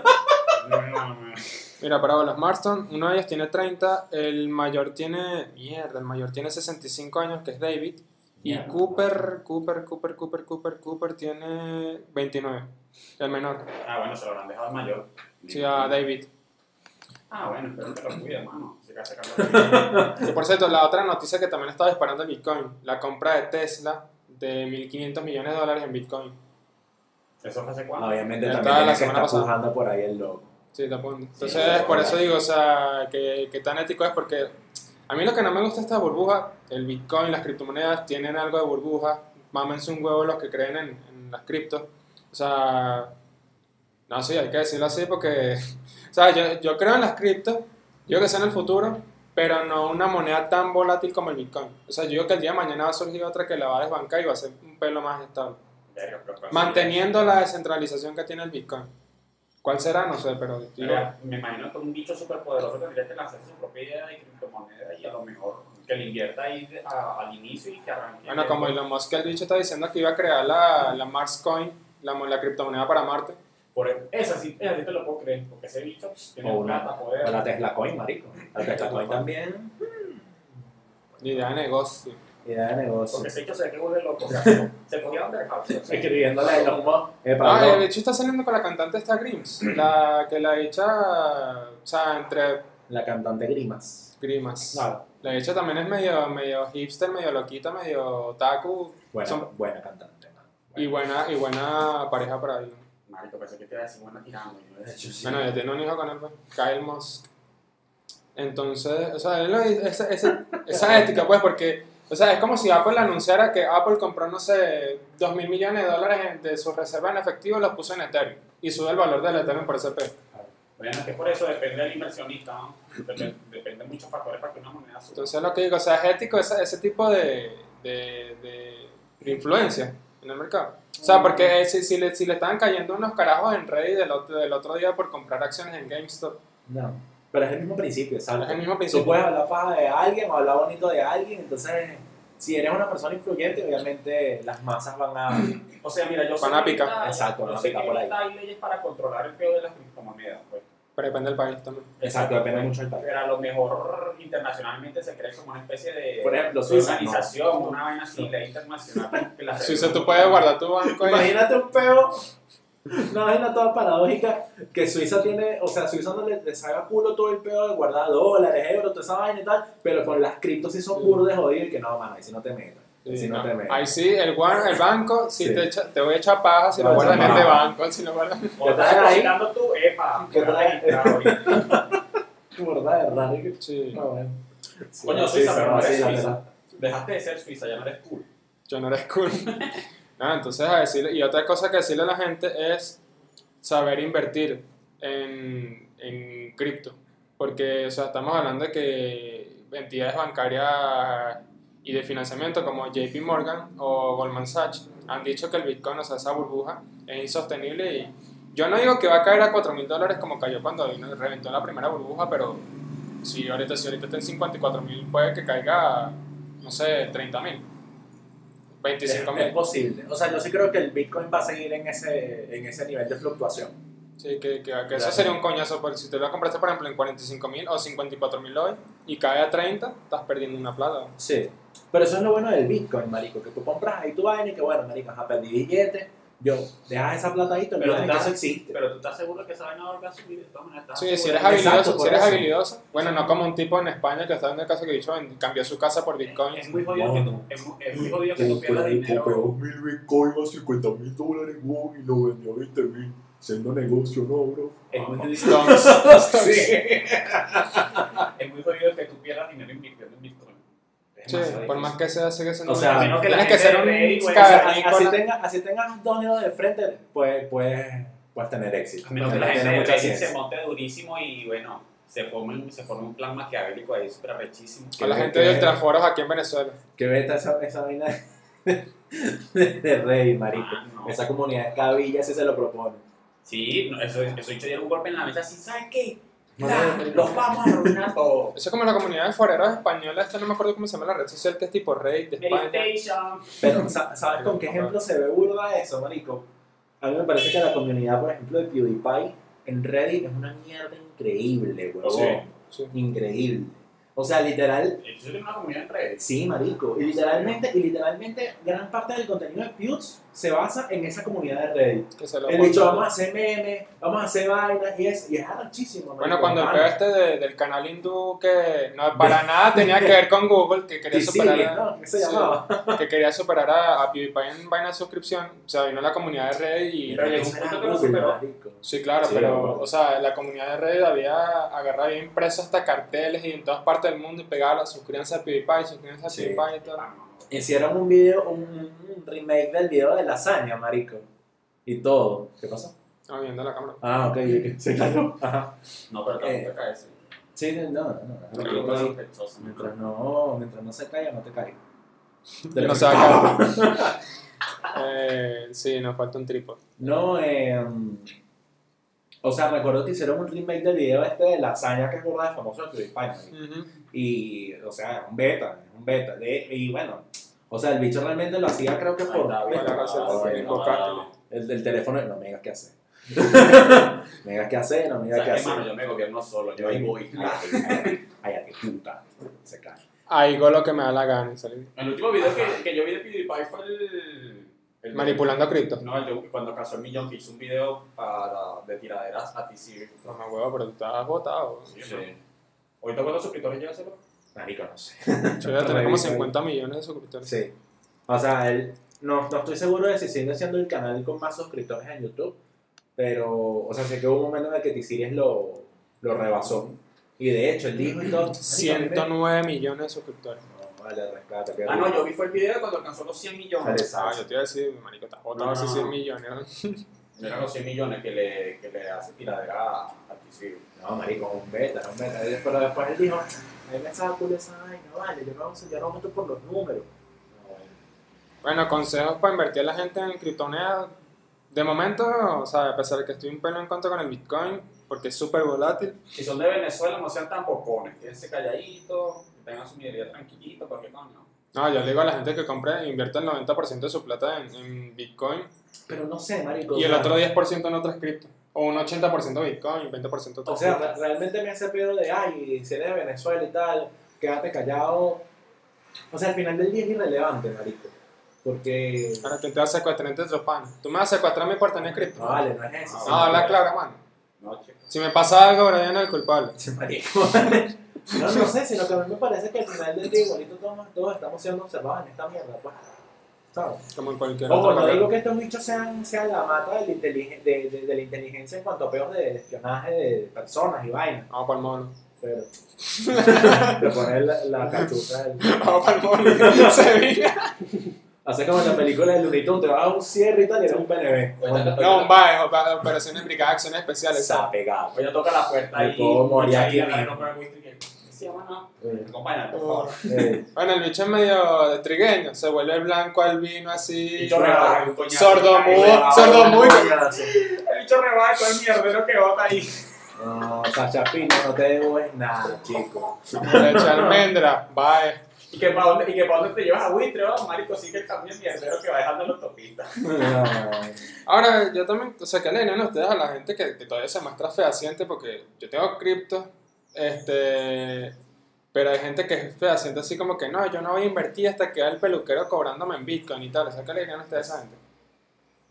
S2: No, no, no.
S1: Mira, para bolas, Marston, uno de ellos tiene 30. El mayor tiene. Mierda, el mayor tiene 65 años, que es David. Y
S3: Mierda.
S1: Cooper, Cooper, Cooper, Cooper, Cooper, Cooper tiene 29. El menor.
S2: Ah, bueno, se lo habrán dejado al mayor.
S1: Sí, a David.
S2: Ah, bueno, espero que lo cuide, hermano. Se casa cambiando.
S1: Que por cierto, la otra noticia que también estaba disparando el Bitcoin, la compra de Tesla de 1.500 millones de dólares en Bitcoin.
S2: ¿Eso fue hace cuándo?
S3: Obviamente
S1: Ya
S3: también
S1: estaba la
S3: tiene que
S1: semana
S3: estar
S1: pasada.
S3: pujando por ahí el loco.
S1: Sí, te apunto. Entonces,
S3: sí,
S1: por
S3: sí.
S1: eso digo, o sea, que, que tan ético es porque a mí lo que no me gusta esta burbuja, el Bitcoin, las criptomonedas tienen algo de burbuja, mámense un huevo los que creen en, en las criptos. O sea, no sé, hay que decirlo así porque, o sea, yo, yo creo en las criptos, yo creo que sea en el futuro, pero no una moneda tan volátil como el Bitcoin. O sea, yo creo que el día de mañana va a surgir otra que la va a desbancar y va a ser un pelo más estable.
S2: Verga, pero cuando-
S1: Manteniendo la descentralización que tiene el Bitcoin. ¿Cuál será? No sé, pero... digo-
S2: Mira, me imagino que un bicho superpoderoso tendría que lanzar su propia idea de criptomoneda y a lo mejor que le invierta ahí de- a- al inicio y que arranque.
S1: Bueno, como Elon Musk, el bicho está diciendo que iba a crear la, la Mars Coin, la, mo- la criptomoneda para Marte.
S2: Por e, esa sí, esa sí te lo puedo creer, porque ese bicho pues, tiene
S3: O una-
S2: plata, poder.
S3: O la Tesla Coin, marico. La Tesla Coin también.
S1: Idea de negocio.
S3: Idea de negocio.
S2: Porque ese bicho se ve que vuelve loco. o sea, se cogía un
S3: Escribiéndole a Elon Musk. Epa,
S1: Ah,
S3: no.
S1: el bicho está saliendo con la cantante esta Grims, la que la hecha, o sea, entre
S3: La cantante Grimas.
S1: Grimas.
S3: Claro.
S1: La hecha también es medio, medio hipster, medio loquita, medio otaku
S3: Buena,
S1: Son-
S3: buena cantante. man.
S1: y buena, y buena pareja para ahí.
S2: Marico, pensé que te iba a decir buena tirando. y yo, de hecho, sí.
S1: Bueno, ya tiene un hijo con él, pues, Kyle Musk. Entonces, o sea, él lo dice- esa, esa- esa ética, pues, porque, o sea, es como si Apple anunciara que Apple compró, no sé, 2 mil millones de dólares en- de sus reservas en efectivo y los puso en Ethereum. Y sube el valor del Ethereum por ese peso.
S2: Bueno, es que por eso depende del inversionista, ¿no? Dep- depende de muchos factores para que una moneda suba.
S1: Entonces, lo que digo, o sea, es ético esa- ese tipo de, de, de- de influencia en el mercado. O sea, porque eh, si, si, le, si le estaban cayendo unos carajos en Reddit del otro, del otro día por comprar acciones en GameStop,
S3: No. Pero es el mismo principio, ¿sabes?
S1: es el mismo
S3: Tú
S1: principio.
S3: puedes hablar paja de alguien o hablar bonito de alguien, entonces si eres una persona influyente, obviamente las masas van a...
S2: O sea, mira, yo sé
S1: Van a
S2: que
S1: picar.
S2: ahorita-
S3: Exacto, van
S2: yo
S3: a
S2: sé que
S3: picar por ahí.
S2: ahorita hay leyes para controlar el feo de las criptomonedas, pues.
S1: Pero depende del país también.
S3: Exacto, depende mucho del país.
S2: Pero a lo mejor internacionalmente se cree como una especie de
S3: Por ejemplo, Suiza,
S2: organización, una vaina así, ley internacional. que la-
S1: Suiza, tú puedes guardar tu banco ahí.
S3: Imagínate un peo, una vaina toda paradójica, que Suiza tiene, o sea, Suiza no le, le salga culo todo el peo de guardar dólares, euros, toda esa vaina y tal, pero con las criptos sí son
S1: Sí.
S3: burdes de jodido y que no, mano, ahí sí no te metas, ahí sí
S1: Sí,
S3: no,
S1: no.
S3: te metas.
S1: Ahí sí, el, guan- el banco, si
S3: Sí.
S1: te, echa- te voy a echar paja si
S3: Te
S1: lo
S3: voy a
S1: guardas en
S3: echar
S1: este
S3: paja.
S1: banco, si lo guardas.
S2: O estás
S3: Ahí.
S2: depositando tu EPA.
S3: Que
S2: que vas a
S3: trae-
S2: registrar ahorita.
S3: Burda de raro. y que-
S1: Sí,
S3: no, bueno.
S2: Coño, Suiza, pero no
S3: sí,
S2: eres
S3: la
S2: Suiza.
S3: verdad.
S2: Dejaste de ser Suiza, ya no eres cool.
S1: yo no eres cool. Nada, entonces a decirle, y otra cosa que decirle a la gente es saber invertir en, en cripto. Porque, o sea, estamos hablando de que entidades bancarias y de financiamiento como JP Morgan o Goldman Sachs han dicho que el Bitcoin, o sea, esa burbuja es insostenible y yo no digo que va a caer a 4 mil dólares como cayó cuando vino- reventó la primera burbuja, pero si ahorita, si ahorita está en 54 mil puede que caiga, no sé, 30 mil, 25
S3: Es, es
S1: mil.
S3: posible. O sea, yo sí creo que el Bitcoin va a seguir en ese, en ese nivel de fluctuación.
S1: Sí, que, que, que eso sería un coñazo, porque si te lo compraste por ejemplo en 45 mil o 54 mil hoy y cae a 30, estás perdiendo una plata.
S3: Sí. Pero eso es lo bueno del Bitcoin, marico, que tú compras ahí tu vaina y que bueno, marico, a perdí billete, yo, dejas esa plata ahí, te
S2: Pero
S3: olvidas de que
S2: está-
S3: eso existe.
S2: Pero tú estás seguro que esa vaina va a volver a subir de todas maneras. ¿Estás
S1: Sí, si
S2: seguro?
S1: eres habilidoso,
S3: Exacto, por
S1: si eres
S3: eso.
S1: habilidoso, bueno, no como un tipo en España que está en el caso que he dicho, ven- cambió su casa por Bitcoin.
S2: Es muy jodido que tú, es muy- es muy jodido que tú pierdas dinero.
S4: Compró mil bitcoins a 50 mil dólares, weón, y lo vendió a 20 mil. Siendo negocio, ¿no, bro?
S2: Es muy jodido-
S1: Entonces,
S2: es muy jodido que tú pierdas dinero invirtiendo en Bitcoin. Es
S1: sí,
S2: demasiado
S1: por más
S2: difícil.
S1: que sea, sigue siendo
S3: O
S1: un-
S3: sea,
S2: menos que la
S1: tienes que
S2: gente
S1: ser un
S2: de Reddit,
S3: O sea,
S2: Claro,
S1: cavernícola.
S3: así, así tengas, así tengas dos dedos de frente, pues, pues, puedes tener éxito.
S2: A menos que
S3: Porque
S2: la
S3: tiene
S2: gente de
S3: mucha
S2: Reddit
S3: ciencia.
S2: se monte durísimo y bueno, se forme, un- se forme un plan maquiavélico ahí súper rechísimo.
S1: Con la
S3: que-
S1: gente de
S3: que-
S1: Ultraforos aquí en Venezuela.
S3: Que vete esa, esa vaina de, de rey, marico.
S2: Ah, no.
S3: Esa comunidad de cabilla sí se lo propone.
S2: Sí, no, eso, eso hecho dieron un golpe en la mesa así, ¿sabes qué?
S3: No,
S2: Nah,
S3: no, no.
S2: los vamos a arruinar todos.
S1: Eso es como la comunidad de foreros española, esta no me acuerdo cómo se llama la red social, que es tipo Reddit de España.
S2: Meditation.
S3: Pero, sa- ¿sabes con qué ejemplo se ve burda eso, marico? A mí me parece que la comunidad, por ejemplo, de PewDiePie en Reddit es una mierda increíble, huevón.
S2: Sí.
S1: Sí.
S3: Increíble. O sea, literal,
S2: Eso es una comunidad en redes.
S3: sí, marico. Y literalmente, y literalmente gran parte del contenido de Pewds se basa en esa comunidad de Reddit.
S1: Que se lo
S3: El dicho, vamos a hacer memes, vamos a hacer vainas, y es, y es arrechísimo, marico,
S1: Bueno, cuando el
S3: hermano.
S1: peo este de- del canal hindú que no para nada tenía que ver con Google, que quería
S3: Sí, sí,
S1: superar a,
S3: ¿no? ¿Qué se
S1: sí.
S3: llamaba?
S1: que quería superar a, a PewDiePie en vaina de suscripción, o sea, vino la comunidad de Reddit y...
S2: Pero llegó un
S3: Eso era
S2: punto que lo
S3: Google,
S2: superó.
S3: marico.
S1: Sí, claro,
S5: Sí,
S1: pero,
S5: bueno.
S1: o sea, la comunidad de Reddit había agarrado bien impreso hasta carteles y en todas partes del mundo y pegaba, suscríbanse a PewDiePie, suscríbanse a
S3: Sí.
S1: PewDiePie y tal.
S2: Ah, no.
S3: Hicieron un video, un, un remake del video de lasaña, marico. Y todo. ¿Qué pasó?
S1: Estaba viendo la cámara.
S3: Ah, ok, ok.
S5: Se cayó.
S3: Ajá.
S2: No, pero
S3: Eh,
S2: tampoco te caes.
S3: Sí, no, no, no.
S2: No,
S3: no,
S2: no,
S3: no, no.
S2: sospechoso.
S3: Mientras no, mientras no se caiga, no te caiga.
S1: Yo no sabía que- Eh, sí, nos falta un trípode.
S3: No, eh, o sea, me acuerdo que hicieron un remake del video este de lasaña que es burda de famoso de PewDiePie.
S2: Mm.
S3: marico.
S1: Ujú.
S3: Y, o sea, es un beta, es un beta. De, y bueno, o sea, el bicho realmente lo hacía creo que
S2: Ahí
S3: por...
S2: está,
S1: bueno, gracias,
S2: ah,
S1: por
S2: sí,
S1: invocarte.
S2: no, no, no.
S3: El, el teléfono, no me digas qué hacer. me digas qué hacer, no me digas qué
S2: ¿Sabes qué,
S3: hacer.
S2: mano? Yo me gobierno solo, yo ahí voy.
S3: Ay, qué puta. Se cae.
S1: Ahí go lo que me da la gana y salir.
S2: El último video que, que yo vi de PewDiePie fue el... el-
S1: Manipulando cripto.
S2: No, el de, cuando casó el millón que hizo un video para, de tiraderas a TC.
S1: No me Pues, huevo, pero tú estás agotado.
S2: Sí, ¿no? ¿Ahorita cuántos suscriptores llegas a
S3: Marico, no sé.
S1: Yo voy a tener como
S3: Revisa ahí.
S1: 50 millones de suscriptores.
S3: Sí. O sea, él. No, no estoy seguro de si sigue siendo el canal con más suscriptores en YouTube. Pero, o sea, sé que hubo un momento en el que T-Series lo, lo rebasó. Y de hecho, él dijo y todo.
S1: 109 millones de suscriptores.
S3: No, vale, rescata.
S2: Ah, no, yo vi fue el video cuando alcanzó los 100
S3: Dale,
S2: millones.
S1: Ah,
S3: sabes.
S1: yo te iba a decir, mi marico, estás agotado
S2: No,
S1: hace
S2: no,
S1: 100
S2: no.
S1: millones.
S2: Mira los 100 millones que le, que le hace tiradera a, a TC.
S3: No, marico, un beta, un beta. Pero después él dijo, a mí me saca culo esa vaina, vale, yo no, yo no meto por los números.
S1: Bueno, consejos para invertir a la gente en criptomonedas. De momento, o sea, a pesar de que estoy un pelo en contra con el Bitcoin, porque es súper volátil,
S2: Si son de Venezuela, no sean tan pocones. Quédense calladitos, que tengan su minería tranquilito, porque coño.
S1: No, yo le digo a la gente que compre e invierta el 90% de su plata en, en Bitcoin
S3: Pero no sé, marico.
S1: y
S3: o
S1: el
S3: sea,
S1: otro 10% en otras cripto. O un 80% Bitcoin, 20%
S3: O
S1: otras
S3: sea,
S1: cripto.
S3: re- realmente me hace pedo de, ay, si eres de Venezuela y tal, quédate callado. O sea, al final del día es irrelevante, marico. Porque...
S1: Ahora, ¿quién te va a secuestrar entre los panes? Tú me vas a secuestrar a mí por tener cripto.
S3: No vale, no es eso.
S1: No, habla
S2: vale.
S1: claro, mano.
S2: No, chicos.
S1: Si me pasa algo, Brian es el culpable.
S3: Sí, marico. no, no sé, sino que a mí me parece que al final del día igualito todos, todos estamos siendo observados en esta mierda, pues. ¿Sabes?
S1: Como en cualquier
S3: Ojo,
S1: otro
S3: no
S1: papel.
S3: digo que estos bichos sean, sean la mata de la, inteligen- de, de- de la inteligencia en cuanto a peos de espionaje de personas y vainas,
S1: Vamos para el mono.
S3: pero... Te pones la, la cachucha del...
S1: Vamos para el mono. Sevilla.
S3: Hace como en la película del Looney Tunes, te vas a un cierre y tal, y eres un PNB.
S1: No, un bae, opa- operaciones implicadas, acciones especiales.
S3: Está pegado.
S2: Pues yo toca la puerta
S3: Me
S2: ahí.
S3: puedo morir
S2: ahí,
S3: aquí
S2: agarré
S3: mismo.
S2: el nombre de Winston y que, Sí, bueno, acompáñame, por favor.
S3: Eh,
S1: Bueno, el bicho es medio trigueño. Se vuelve blanco al vino así.
S2: El bicho rebaja, un coñazo.
S1: Sordo mudo. Sordo
S3: sordo
S1: mudo.
S2: El bicho rebaja todo el mierdero que bota ahí.
S3: No, Sacha Pino, no te debo es nada, chico.
S1: Leche de almendra. Bae.
S2: Y que para dónde, y que pa' dónde te llevas a buitre, oh, marico, sí que el camión mierdero que va dejando los topitas.
S3: No.
S1: Ahora, yo también, o sea, que le den a ustedes a la gente que, que todavía se muestra fehaciente, porque yo tengo cripto, este, pero hay gente que es fehaciente así como que no, yo no voy a invertir hasta que el peluquero cobrándome en Bitcoin y tal. O sea, que le dirían a ustedes a esa gente.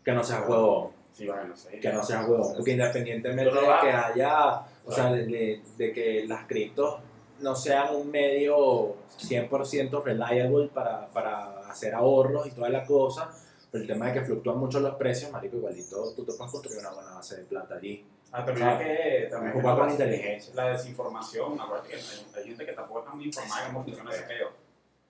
S3: Que no seas huevón,
S2: Sí, bueno, sí.
S3: que no seas huevón. Porque independientemente
S2: Pero
S3: de
S2: no va.
S3: que haya, o sea, de, de- de que las criptos no sean un medio 100% reliable para, para hacer ahorros y toda la cosa, pero el tema de que fluctúan mucho los precios, marico, igualito tú te puedes construir una buena base de plata allí.
S2: Ah, también hay que también hay que
S3: Ocupar con
S2: la-
S3: inteligencia.
S2: La desinformación, acuérdate que hay, hay gente que tampoco está muy informada de cómo funciona ese peo.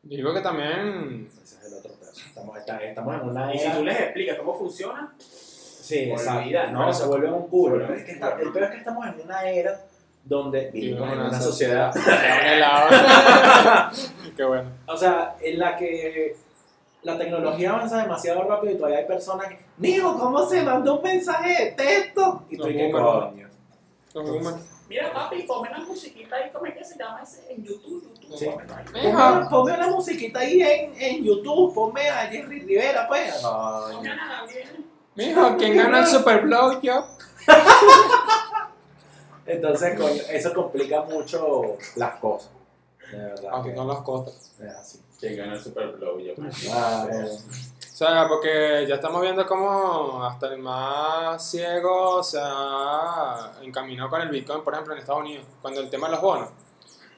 S1: Yo digo que también,
S3: Ese es el otro pedazo. Estamos, está- estamos en una
S2: Y si
S3: era-
S2: tú les explicas cómo funciona,
S3: Sí, exacto.
S2: olvidas,
S3: No,
S2: ¿no?
S3: se vuelve un culo.
S2: Se vuelve
S3: Pero es que está- el
S2: un culo.
S3: peor es que estamos en una era donde vivimos en
S1: en
S3: una
S1: una
S3: sociedad.
S1: un helado. Qué bueno.
S3: O sea, en la que la tecnología avanza demasiado rápido y todavía hay personas que. Nijo, ¿cómo se mandó un mensaje de texto? Y tú
S1: No,
S3: y que
S1: no, no.
S3: coño.
S1: Los boomers.
S2: mira papi, ponme la musiquita ahí, ¿cómo es que se llama ese en YouTube? YouTube
S1: Sí.
S2: ponme ahí.
S3: Ponme, ponme una musiquita ahí en, en YouTube, ponme a Jerry Rivera, pues.
S2: Ponme a Ana Gabriel.
S1: Mijo, ¿quién gana el Super Blow? Yo.
S3: Entonces, coño, eso complica mucho las cosas. De verdad.
S1: aunque con los costos.
S3: Es así.
S2: ¿Quién gana el Super Blow? Yo creo.
S3: Claro.
S1: O sea, porque ya estamos viendo cómo hasta el más ciego se ha encaminado con el Bitcoin, por ejemplo, en Estados Unidos, cuando el tema de los bonos.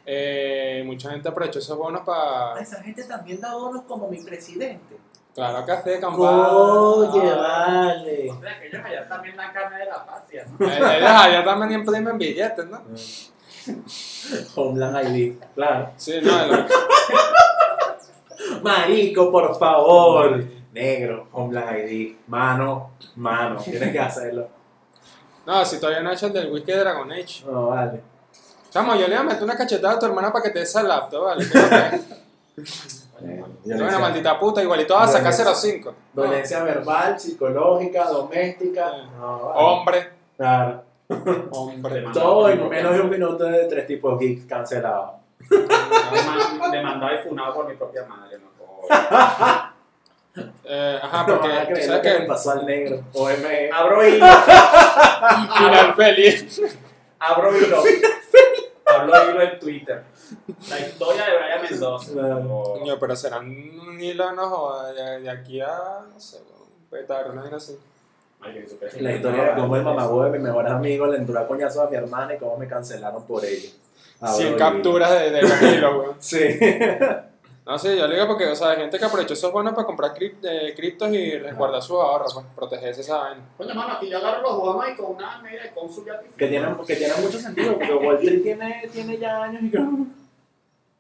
S1: Eh, mucha gente aprovechó esos bonos para...
S3: Esa gente también da bonos como mi presidente.
S1: Claro, que Ah. hace campaña.
S3: Oye, vale.
S2: O sea, que ellos allá también la carne de la patria, ¿no?
S1: Eh, Ya también imprimen billetes, ¿no?
S3: Homeland ID, claro.
S1: Sí, no, el-
S3: Marico, por favor. Negro, Homeland ID. Mano, mano. Tienes que hacerlo.
S1: no, si todavía no he hecho el del whisky de Dragon Age.
S3: No, vale.
S1: Chamo, yo le voy a meter una cachetada a tu hermana para que te dé esa laptop, ¿vale? Que no te-
S3: Violencia-
S1: una maldita puta, igualito vas a sacar 05.
S3: Violencia verbal, psicológica, doméstica.
S1: Sí.
S3: No, vale.
S1: Hombre,
S3: Claro.
S1: hombre.
S2: Te
S3: Todo en menos de un minuto de tres tipos geeks cancelados.
S2: Deman- Demandado y funado por mi propia madre, no jodas.
S1: Eh, ajá,
S3: No
S1: porque
S3: van a
S1: tú
S3: creer lo
S1: sabes
S3: que le
S1: que
S3: pasó al negro. OME.
S2: Abro hilo.
S1: final feliz.
S2: Abro hilo. Abro hilo en Twitter. La historia de Brian Mendoza.
S3: Claro.
S2: Oh.
S1: Coño, pero serán un hilo, no joda, de, de aquí a, no sé, un petardo, una vaina así.
S2: Ay, que supe-
S3: La historia de cómo el mamagüe de mi mejor amigo le entró a coñazo a mi hermana y cómo me cancelaron por ello. Ah,
S1: 100
S3: bueno,
S1: capturas de, de los hilos, weón.
S3: Sí.
S1: No, sí, yo le digo porque, o sea, hay gente que aprovechó esos bonos para comprar crip- eh, criptos y resguardar sus ahorros, pues, protegerse esa vaina.
S2: Coño, mano, aquí yo agarro los bonos y con una media de cónsul ya te-
S3: que tiene, que tiene mucho sentido, porque Wall Street tiene, tiene ya años y que...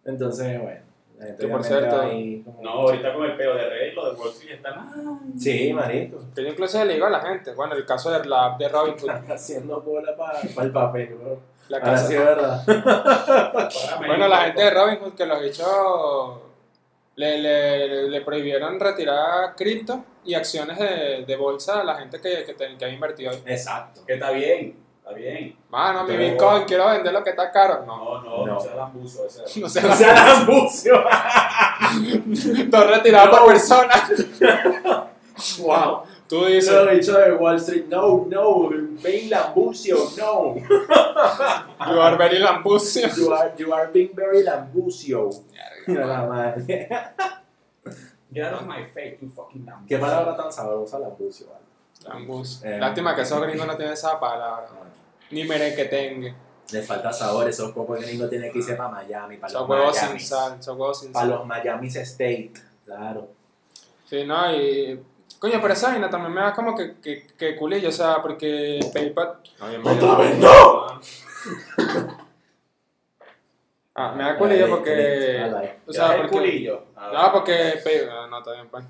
S3: Entonces, bueno. la gente
S1: Que por
S3: obviamente
S1: cierto-
S3: va ahí como-
S2: No, ahorita con el peo de rey, lo de Wall Street están.
S3: Sí, marico.
S1: Que yo incluso le digo a la gente, bueno, el caso de la app de Robinhood,
S3: Haciendo bola para el papel, bro.
S1: la
S3: Ahora
S1: casa-
S3: Ah, sí, es verdad.
S1: Bueno, la gente de Robinhood que los bichos le, le, le prohibieron retirar cripto y acciones de, de bolsa a la gente que, que, te- que había invertido ahí.
S3: Exacto.
S2: Que está bien, está bien.
S1: Mano, mi
S2: Pero-
S1: Bitcoin, quiero vender lo que está caro. No,
S2: No, no,
S3: No.
S2: no, se seas lambuzo. o sea,
S1: no
S3: O
S1: sé,
S3: sea, lambucio.
S1: todo retirado por persona.
S3: wow.
S1: Tú
S3: Eso
S1: dices,
S3: lo he dicho de Wall Street. No, no. Being lambucio, no.
S1: you are very lambucio.
S3: You are, you are being very lambucio. Mira la madre.
S2: Get out of my face, you fucking lambuzo.
S3: Qué palabra tan sabrosa, lambucio. vale.
S1: Lambucio.
S3: Eh.
S1: Lástima que esos gringos no tienen esa palabra. Ni merequetengue.
S3: Le falta sabor, esos pocos gringos tienen que irse para Miami, para
S1: Esos
S3: los
S1: huevos sin
S3: Miami.
S1: sal, esos huevos sin
S3: Para
S1: sal.
S3: los Miami State, claro.
S1: Sí, no, y. Coño, pero esa vaina también me da como que, que, que culillo, o sea, porque PayPal.
S3: ¡Otra vez
S2: no!
S1: Ah, me
S3: Eh,
S1: da culillo
S3: Ah,
S1: porque.
S3: like.
S1: O sea,
S2: el
S1: porque.
S2: eh,
S1: Ah,
S2: culillo. A ver.
S1: No, porque. Pay- ah, No, está bien, pues.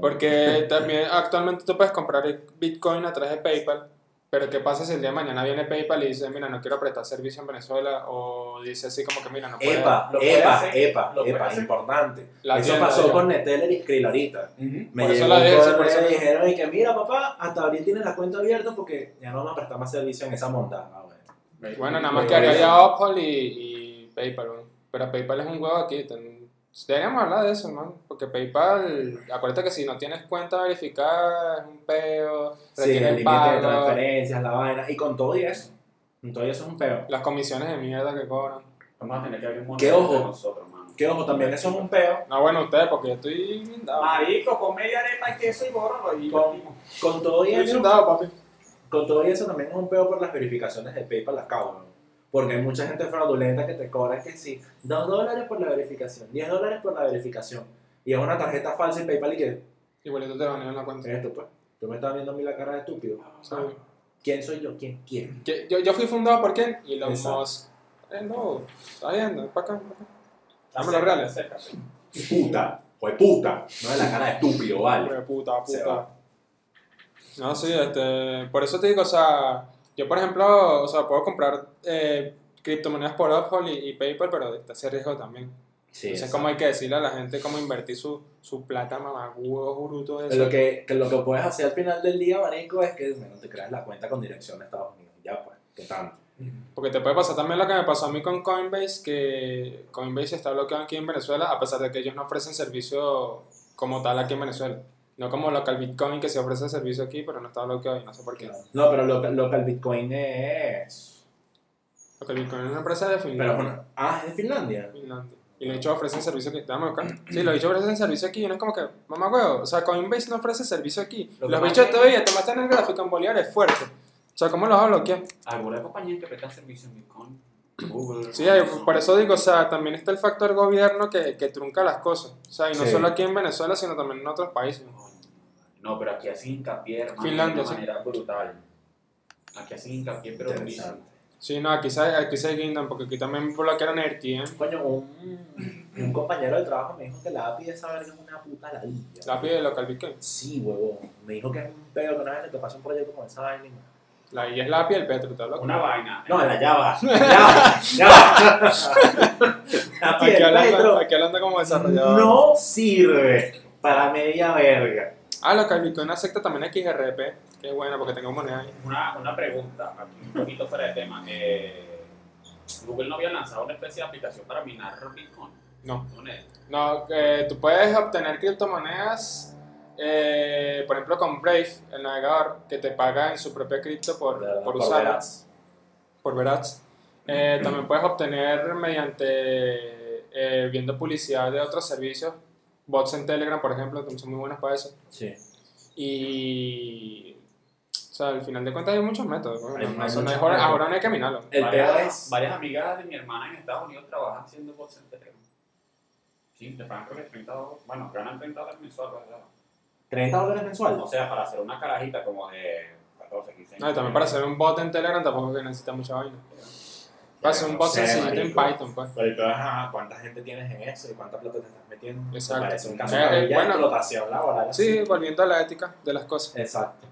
S1: Porque también actualmente tú puedes comprar el Bitcoin a través de PayPal. Pero ¿qué pasa si el día de mañana viene PayPal y dice, mira, no quiero prestar servicio en Venezuela? O dice así como que, mira, no puedo.
S3: Epa,
S2: Lo puede
S3: epa,
S2: hacer,
S3: epa,
S2: lo puede
S3: epa,
S2: hacer.
S3: importante.
S1: La
S3: eso
S1: tienda,
S3: pasó
S1: yo.
S3: con Neteller y Skrill ahorita.
S2: Ujú.
S3: Me
S1: Por eso
S3: llegó
S1: la
S3: un
S1: dejé,
S3: correo
S1: por eso
S3: y
S1: la-
S3: dijeron, y que mira papá, hasta abril tienes la cuenta abierta porque ya no vamos a prestar más servicio en esa montada. Ah, bueno.
S1: Bueno, nada más
S3: Pero
S1: que haría
S3: eso-
S1: ya Opal y, y PayPal, weón. Pero PayPal es un huevo aquí. ten- Deberíamos hablar de eso, hermano. Porque PayPal, acuérdate que si no tienes cuenta verificada, es un peo.
S3: Sí,
S1: retiene
S3: el
S1: el
S3: límite de
S1: pago,
S3: transferencias, la vaina. Y con todo y eso. Con todo y eso es un peo.
S1: las comisiones de mierda que cobran.
S2: Vamos a tener que abrir un
S3: Qué
S2: monedero
S3: ojo.
S2: de nosotros, mano.
S3: Que ojo, también eso es un peo.
S1: No, bueno, ustedes, porque yo estoy blindado.
S2: Marico, con media arepa y queso y gorro y
S3: Con- Con todo y
S1: Estoy
S3: eso.
S1: blindado, papi.
S3: Con todo y eso también es un peo por las verificaciones de PayPal las cabrón. Porque hay mucha gente fraudulenta que te cobra que sí, 2 dólares por la verificación, 10 dólares por la verificación. Y es una tarjeta falsa en PayPal y que,
S1: Igualito te banean la cuenta.
S3: ¿qué es esto pues? Tú me estás viendo a mí la cara de estúpido. Ah,
S1: Sí.
S3: ¿Quién soy yo? ¿Quién? ¿Quién?
S1: Que- Yo, yo fui fundado por quién? Y los
S3: Exacto.
S1: Musk. Eh, no, está viendo, para acá. pa' acá. Dame los
S2: Acércate,
S1: reales.
S2: acércate.
S3: Puta, fue puta. No es la cara de estúpido, vale.
S1: Hijo de puta,
S3: Se
S1: puta.
S3: va.
S1: No, sí, este, por eso te digo, o sea, yo por ejemplo, o sea, puedo comprar eh, criptomonedas por Uphold y, y PayPal, pero está ese riesgo también.
S3: Sí,
S1: Entonces,
S3: exacto.
S1: como hay que decirle a la gente cómo invertir su, su plata, mamagüevo, bruto, de
S3: lo
S1: eso.
S3: que, que lo que puedes hacer al final del día, Marico, es que bueno, te creas la cuenta con dirección a Estados Unidos. Ya pues, ¿qué tanto?
S1: Porque te puede pasar también lo que me pasó a mí con Coinbase, que Coinbase está bloqueado aquí en Venezuela, a pesar de que ellos no ofrecen servicio como tal aquí en Venezuela. No como local Bitcoin que se ofrece servicio aquí, pero no está bloqueado y no sé por qué.
S3: No, pero lo, lo que el Bitcoin es.
S1: Porque Bitcoin es una empresa de Finlandia.
S3: Pero es una- Ah, es de Finlandia.
S1: Finlandia. Y los bichos ofrecen servicio aquí. Dame acá. Sí, los bichos ofrecen servicio aquí. Y uno es como que, mamá huevo. O sea, Coinbase no ofrece servicio aquí.
S2: Lo que
S1: los
S2: más
S1: bichos
S2: que-
S1: todavía te matan el gráfico en bolívares fuerte. O sea, ¿cómo los vas a bloquear?
S2: Algunas compañías que prestan servicio en Bitcoin. Google.
S1: Sí, hay-
S2: Amazon.
S1: por eso digo, o sea, también está el factor gobierno que, que trunca las cosas. O sea, y no
S3: Sí.
S1: solo aquí en Venezuela, sino también en otros países.
S2: No, pero aquí hacen hincapié, hermano,
S1: Finlandia,
S2: de
S1: sí.
S2: una manera brutal. Aquí hacen hincapié, pero
S3: Interesante.
S2: durísimo.
S1: Sí, no, aquí se, aquí se guindan, porque aquí también bloquearon ERTI, ¿eh?
S3: Coño, un, un compañero del trabajo me dijo que la API de esa verga es una puta ladilla.
S1: La pide local Bitcoin.
S3: Sí, huevón. Me dijo que es un pedo que una vez le te pasa un proyecto con esa vaina. y no.
S1: La I es la API, el Petro, ¿te loco.
S2: Una vaina.
S3: No, la Java. Java. Java. La API
S1: Aquí
S3: del
S1: hablando,
S3: Petro
S1: aquí hablando como desarrollador.
S3: no sirve para media verga.
S1: Ah, local Bitcoin acepta también XRP. Qué bueno, porque tengo moneda ahí.
S2: Una, una pregunta, aquí un poquito fuera de tema. Eh, Google no había lanzado una especie de aplicación para minar Bitcoin.
S1: No.
S2: Con él.
S1: No, que tú puedes obtener criptomonedas, eh, por ejemplo, con Brave, el navegador, que te paga en su propia cripto por, por, usarla,
S3: veras.
S1: por Verats. Eh, también puedes obtener mediante eh, viendo publicidad de otros servicios, bots en Telegram, por ejemplo, que son muy buenos para eso.
S3: Sí.
S1: Y. O sea, al final de cuentas hay muchos métodos. ¿no?
S3: Hay-
S1: No,
S3: hay
S1: eso no
S3: muchos
S1: es ahora-
S3: métodos.
S1: ahora no hay que minarlo.
S3: El pedo
S2: varias,
S3: es.
S2: varias amigas de mi hermana en Estados Unidos trabajan haciendo bots en Telegram. Sí, te pagan creo que 30 dólares. Bueno, ganan 30 dólares mensuales, ¿verdad?
S3: 30 dólares
S2: O
S3: mensuales.
S2: sea, para hacer una carajita como de 14, 15
S1: No, y Ah, también para hacer un bot en Telegram tampoco es que necesita mucha vaina. Para hacer un
S3: No
S1: bot
S3: sé,
S1: sencillito en
S3: marico.
S1: Python, pues.
S3: Pero el pedo es, ajá, ¿cuánta gente tienes en eso y cuánta plata te estás metiendo?
S1: Exacto.
S3: Me parece un caso
S1: Eh,
S3: de
S1: eh, bueno.
S3: explotación laboral.
S1: Sí, volviendo a la ética de las cosas.
S3: Exacto.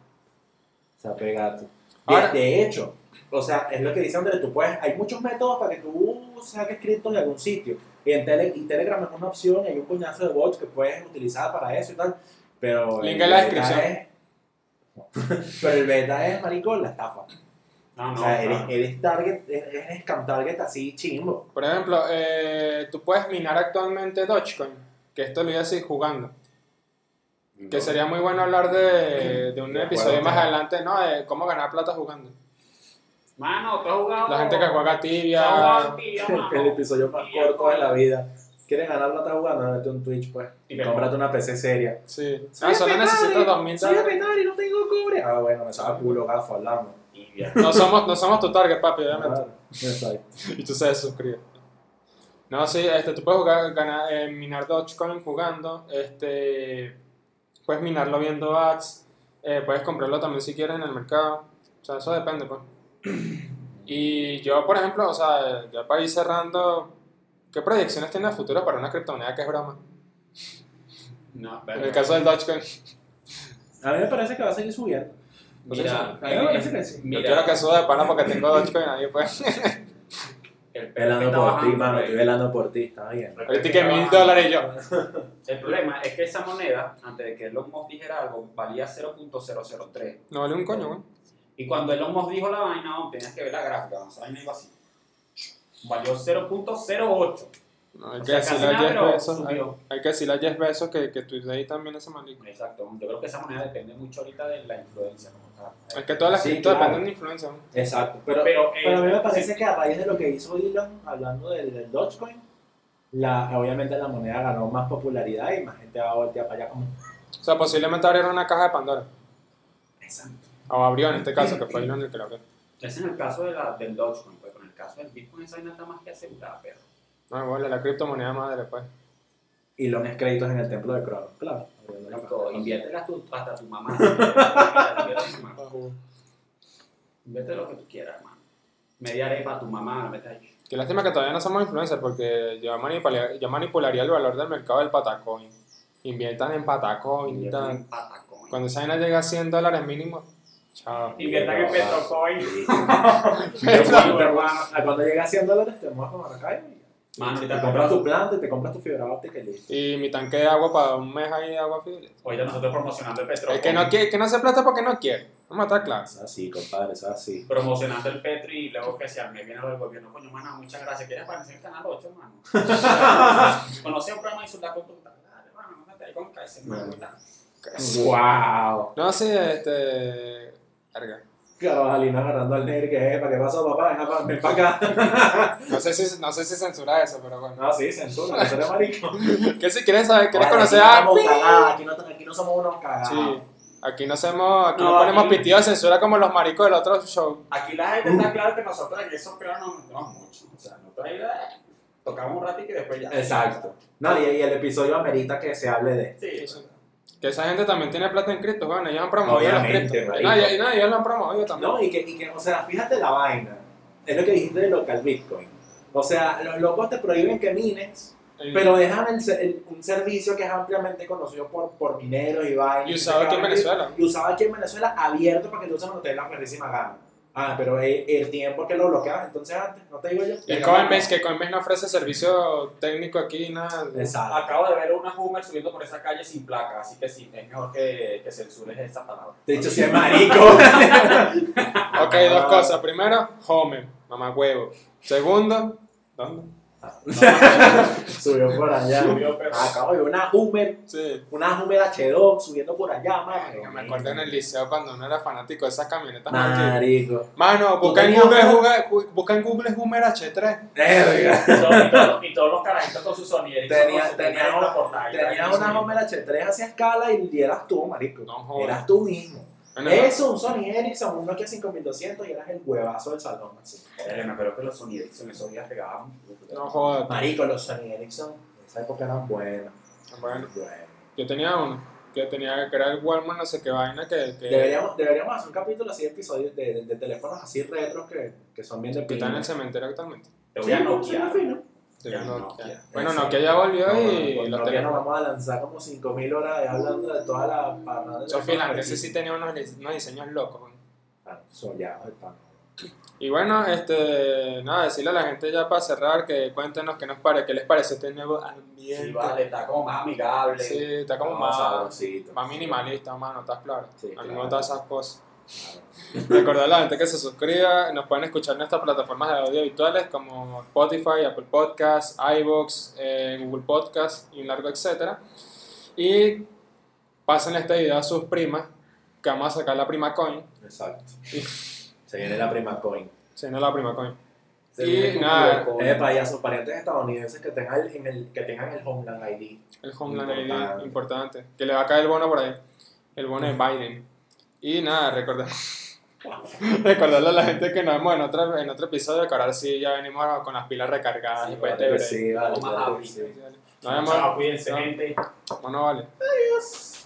S3: Se ha pegado.
S1: Ahora-
S3: De, de hecho, o sea, es lo que dice Andrés, tú puedes, hay muchos métodos para que tú saques criptos de algún sitio. Y, en Tele- y Telegram es una opción, y hay un coñazo de bots que puedes utilizar para eso y tal. Pero
S1: Link
S3: el
S1: en la
S3: beta
S1: descripción.
S3: es- pero el beta es, marico, la estafa.
S2: No, no,
S3: o sea, eres,
S2: no.
S3: eres target, eres eres scam target así chimbo.
S1: Por ejemplo, eh, tú puedes minar actualmente Dogecoin, que esto lo voy a seguir jugando. Que sería muy bueno hablar de, de un
S3: De
S1: episodio
S3: juegos,
S1: más
S3: ¿no?
S1: adelante, ¿no? De cómo ganar plata jugando.
S2: Mano, tú has jugado.
S1: La gente que juega
S2: Tú has jugado
S1: tibia.
S2: tibia,
S3: El,
S2: mano.
S3: episodio más
S2: Tibia,
S3: corto de la vida. ¿Quieres ganar plata jugando? Date un Twitch, pues.
S2: Y me-
S3: Cómprate una PC seria.
S1: Sí.
S3: Soy
S1: No,
S2: Ah,
S1: solo
S3: apretado,
S1: necesitas
S3: eh.
S1: 2000
S3: Soy
S1: dólares.
S3: apenado y no tengo cobre. Ah, bueno, me sabe culo, gafo, hablamos.
S2: Tibia.
S1: No somos, no somos tu target, papi, obviamente.
S3: Ah, exacto.
S1: Y tú se suscribes. No, sí, este, tú puedes jugar, ganar, eh, minar Dogecoin jugando. Este, puedes minarlo viendo ads. eh, puedes comprarlo también si quieres en el mercado. O sea, eso depende, pues. Y yo, por ejemplo, o sea, ya para ir cerrando, ¿qué proyecciones tiene el futuro para una criptomoneda que es broma?
S2: No,
S1: En el caso del Dogecoin.
S3: A mí me parece que va a seguir subiendo.
S2: Mira,
S3: A mí me parece que sí.
S1: Yo
S2: mira,
S1: quiero que suba de pana porque tengo Dogecoin ahí, pues.
S2: el pedo
S3: Velando
S2: está
S3: por ti,
S2: bajando,
S3: mano,
S2: güey.
S3: estoy velando por ti, está bien.
S1: Ahorita que mil dólares y yo.
S2: El problema es que esa moneda, antes de que Elon Musk dijera algo, valía 0.003.
S1: No vale un coño, güey.
S2: Y cuando Elon Musk dijo la vaina, vamos, tenías que ver la gráfica, vamos, esa vaina iba así. Valió 0.08.
S1: No, hay
S2: O
S1: que ah.
S2: sea, casi
S1: decirle a
S2: nada,
S1: Jeff
S2: pero
S1: Bezos. Hay,
S2: subió.
S1: hay que decirle a Jeff Bezos que, que tuite ahí también ese maldito.
S2: Exacto, yo creo que esa moneda depende mucho ahorita de la influencia. como tal.
S1: Es que todas las
S3: Sí,
S1: criptos
S3: claro.
S1: dependen de influencia. ¿no?
S3: Exacto. Pero,
S2: Pero, eh,
S3: pero a mí me
S2: sí,
S3: parece que a raíz de lo que hizo Elon, hablando del, del Dogecoin, la, obviamente la moneda ganó más popularidad y más gente va a voltear para allá como...
S1: O sea, posiblemente abrieron una caja de Pandora.
S3: Exacto.
S1: O abrió en este caso, que fue Elon el que la abrió.
S2: es en el caso de la, del Dogecoin, pues, pero en el caso del Bitcoin esa vaina está más que asegurada, pero.
S1: No, bueno, la criptomoneda madre, pues.
S3: Elon es créditos en el templo de Cronos, claro.
S2: Marico, inviértela tú, hasta tu mamá. Inviértela a tu mamá. Invierte lo que tú quieras, hermano. Media arepa a tu mamá, la metes ahí.
S1: Qué lástima que todavía no somos influencers porque yo, manipula- yo manipularía el valor del mercado del Patacoin. Inviertan en Patacoin y
S2: Invierte
S1: tal.
S2: en Patacoin.
S1: Cuando esa vaina llega a 100 dólares mínimo, chao.
S2: Inviertan en Petrocoin.
S3: Pero bueno, cuando llega a 100 dólares te mueves con Maracaibo y
S2: Mano,
S3: Te
S2: ahorita
S3: compras tu
S2: compramos.
S3: planta y te compras tu fibra óptica y listo.
S1: Y mi tanque de agua para un mes ahí de agua fiel.
S2: Ahorita nosotros promocionando el Petrocoin.
S1: El que no quiere, el que no se plata porque no quiere. Vamos a estar claros.
S3: Es así, compadre, es así.
S2: Promocionando el Petro y luego que se arme viene lo del gobierno. Coño, mano, muchas gracias. ¿Quieres aparecer en Canal 8, hermano? Conoce un programa y su la conducta. Dale, hermano, mándate ahí con
S3: Mm.
S2: Kaiser, hermano.
S3: ¡Wow!
S1: No, sí, este. Verga.
S3: Carvajalino agarrando al negro y que, epa, ¿qué pasó, papá? Deja pa- Ven para acá.
S1: No sé si, no sé si censura eso, pero bueno.
S3: No, sí, censura, no eres marico.
S1: ¿Qué si quieres saber? ¿Quieres
S3: Vale,
S1: conocer
S3: aquí
S1: a
S3: no somos cagadas, aquí no, aquí no somos unos cagados.
S1: ah, Sí. Aquí no hacemos, aquí
S2: No,
S1: no
S3: eh.
S1: ponemos
S2: aquí-
S1: pitido de censura como los maricos del otro show.
S2: Aquí la gente
S1: Uh.
S2: está claro que nosotros en esos peores nos metemos mucho. O sea, no hay idea. Tocamos un ratito y después ya.
S3: Exacto. No, y, y el episodio amerita que se hable de.
S2: Sí,
S1: Sí. Que esa gente también tiene plata en cripto, bueno, ellos han promovido
S3: Obviamente,
S1: los criptos.
S3: marico.
S1: No, y- y no, ellos lo han promovido también.
S3: No, y que, y que, o sea, fíjate la vaina. Es lo que dijiste de local Bitcoin. O sea, los locos te prohíben que mines,
S1: El-
S3: pero dejan el ser- el- un servicio que es ampliamente conocido por, por mineros y vainas.
S1: y usado aquí en Venezuela.
S3: Y usado aquí en Venezuela abierto para que tú se notes la perrísima gana. Ah, pero el, el tiempo que lo bloqueaban, entonces antes, ¿no te digo yo?
S1: Y Coinbase, que Coinbase no ofrece servicio técnico aquí, nada.
S3: Exacto.
S2: Acabo de ver una Hummer subiendo por esa calle sin placa, así que sí, es mejor que, que censures esa palabra.
S3: De hecho, si es marico.
S1: Ok, dos cosas. Primero, home, mamá huevo. Segundo, ¿dónde?
S3: Subió por allá.
S2: Subió, pero-
S3: Acabo de ver una Hummer,
S1: Sí.
S3: una Hummer H2 subiendo por allá, mano.
S1: Me acuerdo en el liceo cuando uno era fanático de esas camionetas. aquí.
S3: Marico.
S1: Mano, busca en, Google, Google- busca en Google Hummer H3.
S3: Verga.
S2: Y todo- y todo- y todos los carajitos con sus sonidos.
S3: Tenía- tenía una- Tenías una Hummer H3 hacia escala y eras tú, marico.
S1: No jodas.
S3: Eras tú mismo.
S1: Bueno,
S3: Eso, un Sony Ericsson, un Nokia 5200 y eras el huevazo del salón. Así.
S2: Me acuerdo que los sonidos en esos días pegaban.
S1: No jodas.
S3: Marico, los Sony Ericsson en esa época eran buenos.
S1: Bueno,
S3: Buenos.
S1: yo tenía uno. Que tenía que era el Walmart, no sé qué vaina. Que, que,
S3: Deberíamos, deberíamos hacer un capítulo así de episodios de, de- de teléfonos así retros que, que son bien de
S1: que está en
S3: pinga.
S1: el cementerio actualmente.
S2: Te
S3: Sí,
S2: voy a
S3: no, suena
S2: noquear.
S3: fino.
S1: Sí,
S2: Ya,
S1: no,
S2: Nokia.
S1: ya. Bueno,
S3: Sí.
S1: Nokia ya volvió
S3: No,
S1: y
S3: con
S1: los
S3: Nokia nos
S1: teléfonos.
S3: vamos a lanzar como 5.000 horas ahí hablando de toda la parranda. de
S1: Sophie
S3: teléfonos
S1: Land, ese
S3: aquí.
S1: sí tenía unos, dise- unos diseños locos. ¿no?
S3: Ah, sollado, el pan.
S1: Y bueno, este, nada, decirle a la gente ya para cerrar que cuéntenos qué, nos pare, qué les parece este nuevo ambiente.
S2: Sí, vale, está como más amigable.
S1: Sí, está como
S3: No,
S1: más,
S3: sabrosito.
S1: más minimalista, mano, estás claro.
S3: Sí,
S1: a mí me
S3: claro.
S1: gustan esas cosas. Recordar a la gente que se suscriba, nos pueden escuchar en nuestras plataformas de audio habituales como Spotify, Apple Podcasts, iVoox, eh, Google Podcasts y un largo etcétera. Y pasen este video a sus primas, que vamos a sacar la prima coin,
S3: Exacto. Se viene la prima coin.
S1: si no la prima coin.
S2: Se
S1: Y
S2: viene con
S1: nada,
S2: Google Code.
S3: Eh, para sus parientes estadounidenses que tengan el, en el- que tengan el Homeland ID.
S1: El Homeland
S3: Importante.
S1: ID, importante. Que le va a caer el bono por ahí. El bono de Biden. Y nada, recordar. Recordarle a la gente que nos vemos en otro, en otro episodio, que ahora sí ya venimos con las pilas recargadas.
S2: Sí,
S1: después de
S3: Vale, pues
S1: este
S3: sí, vale,
S2: Toma,
S3: vale,
S2: Javi.
S3: sí.
S1: break. Nos vemos.
S2: Chao, cuídense,
S1: Chao.
S2: gente.
S1: Bueno, vale.
S2: Adiós.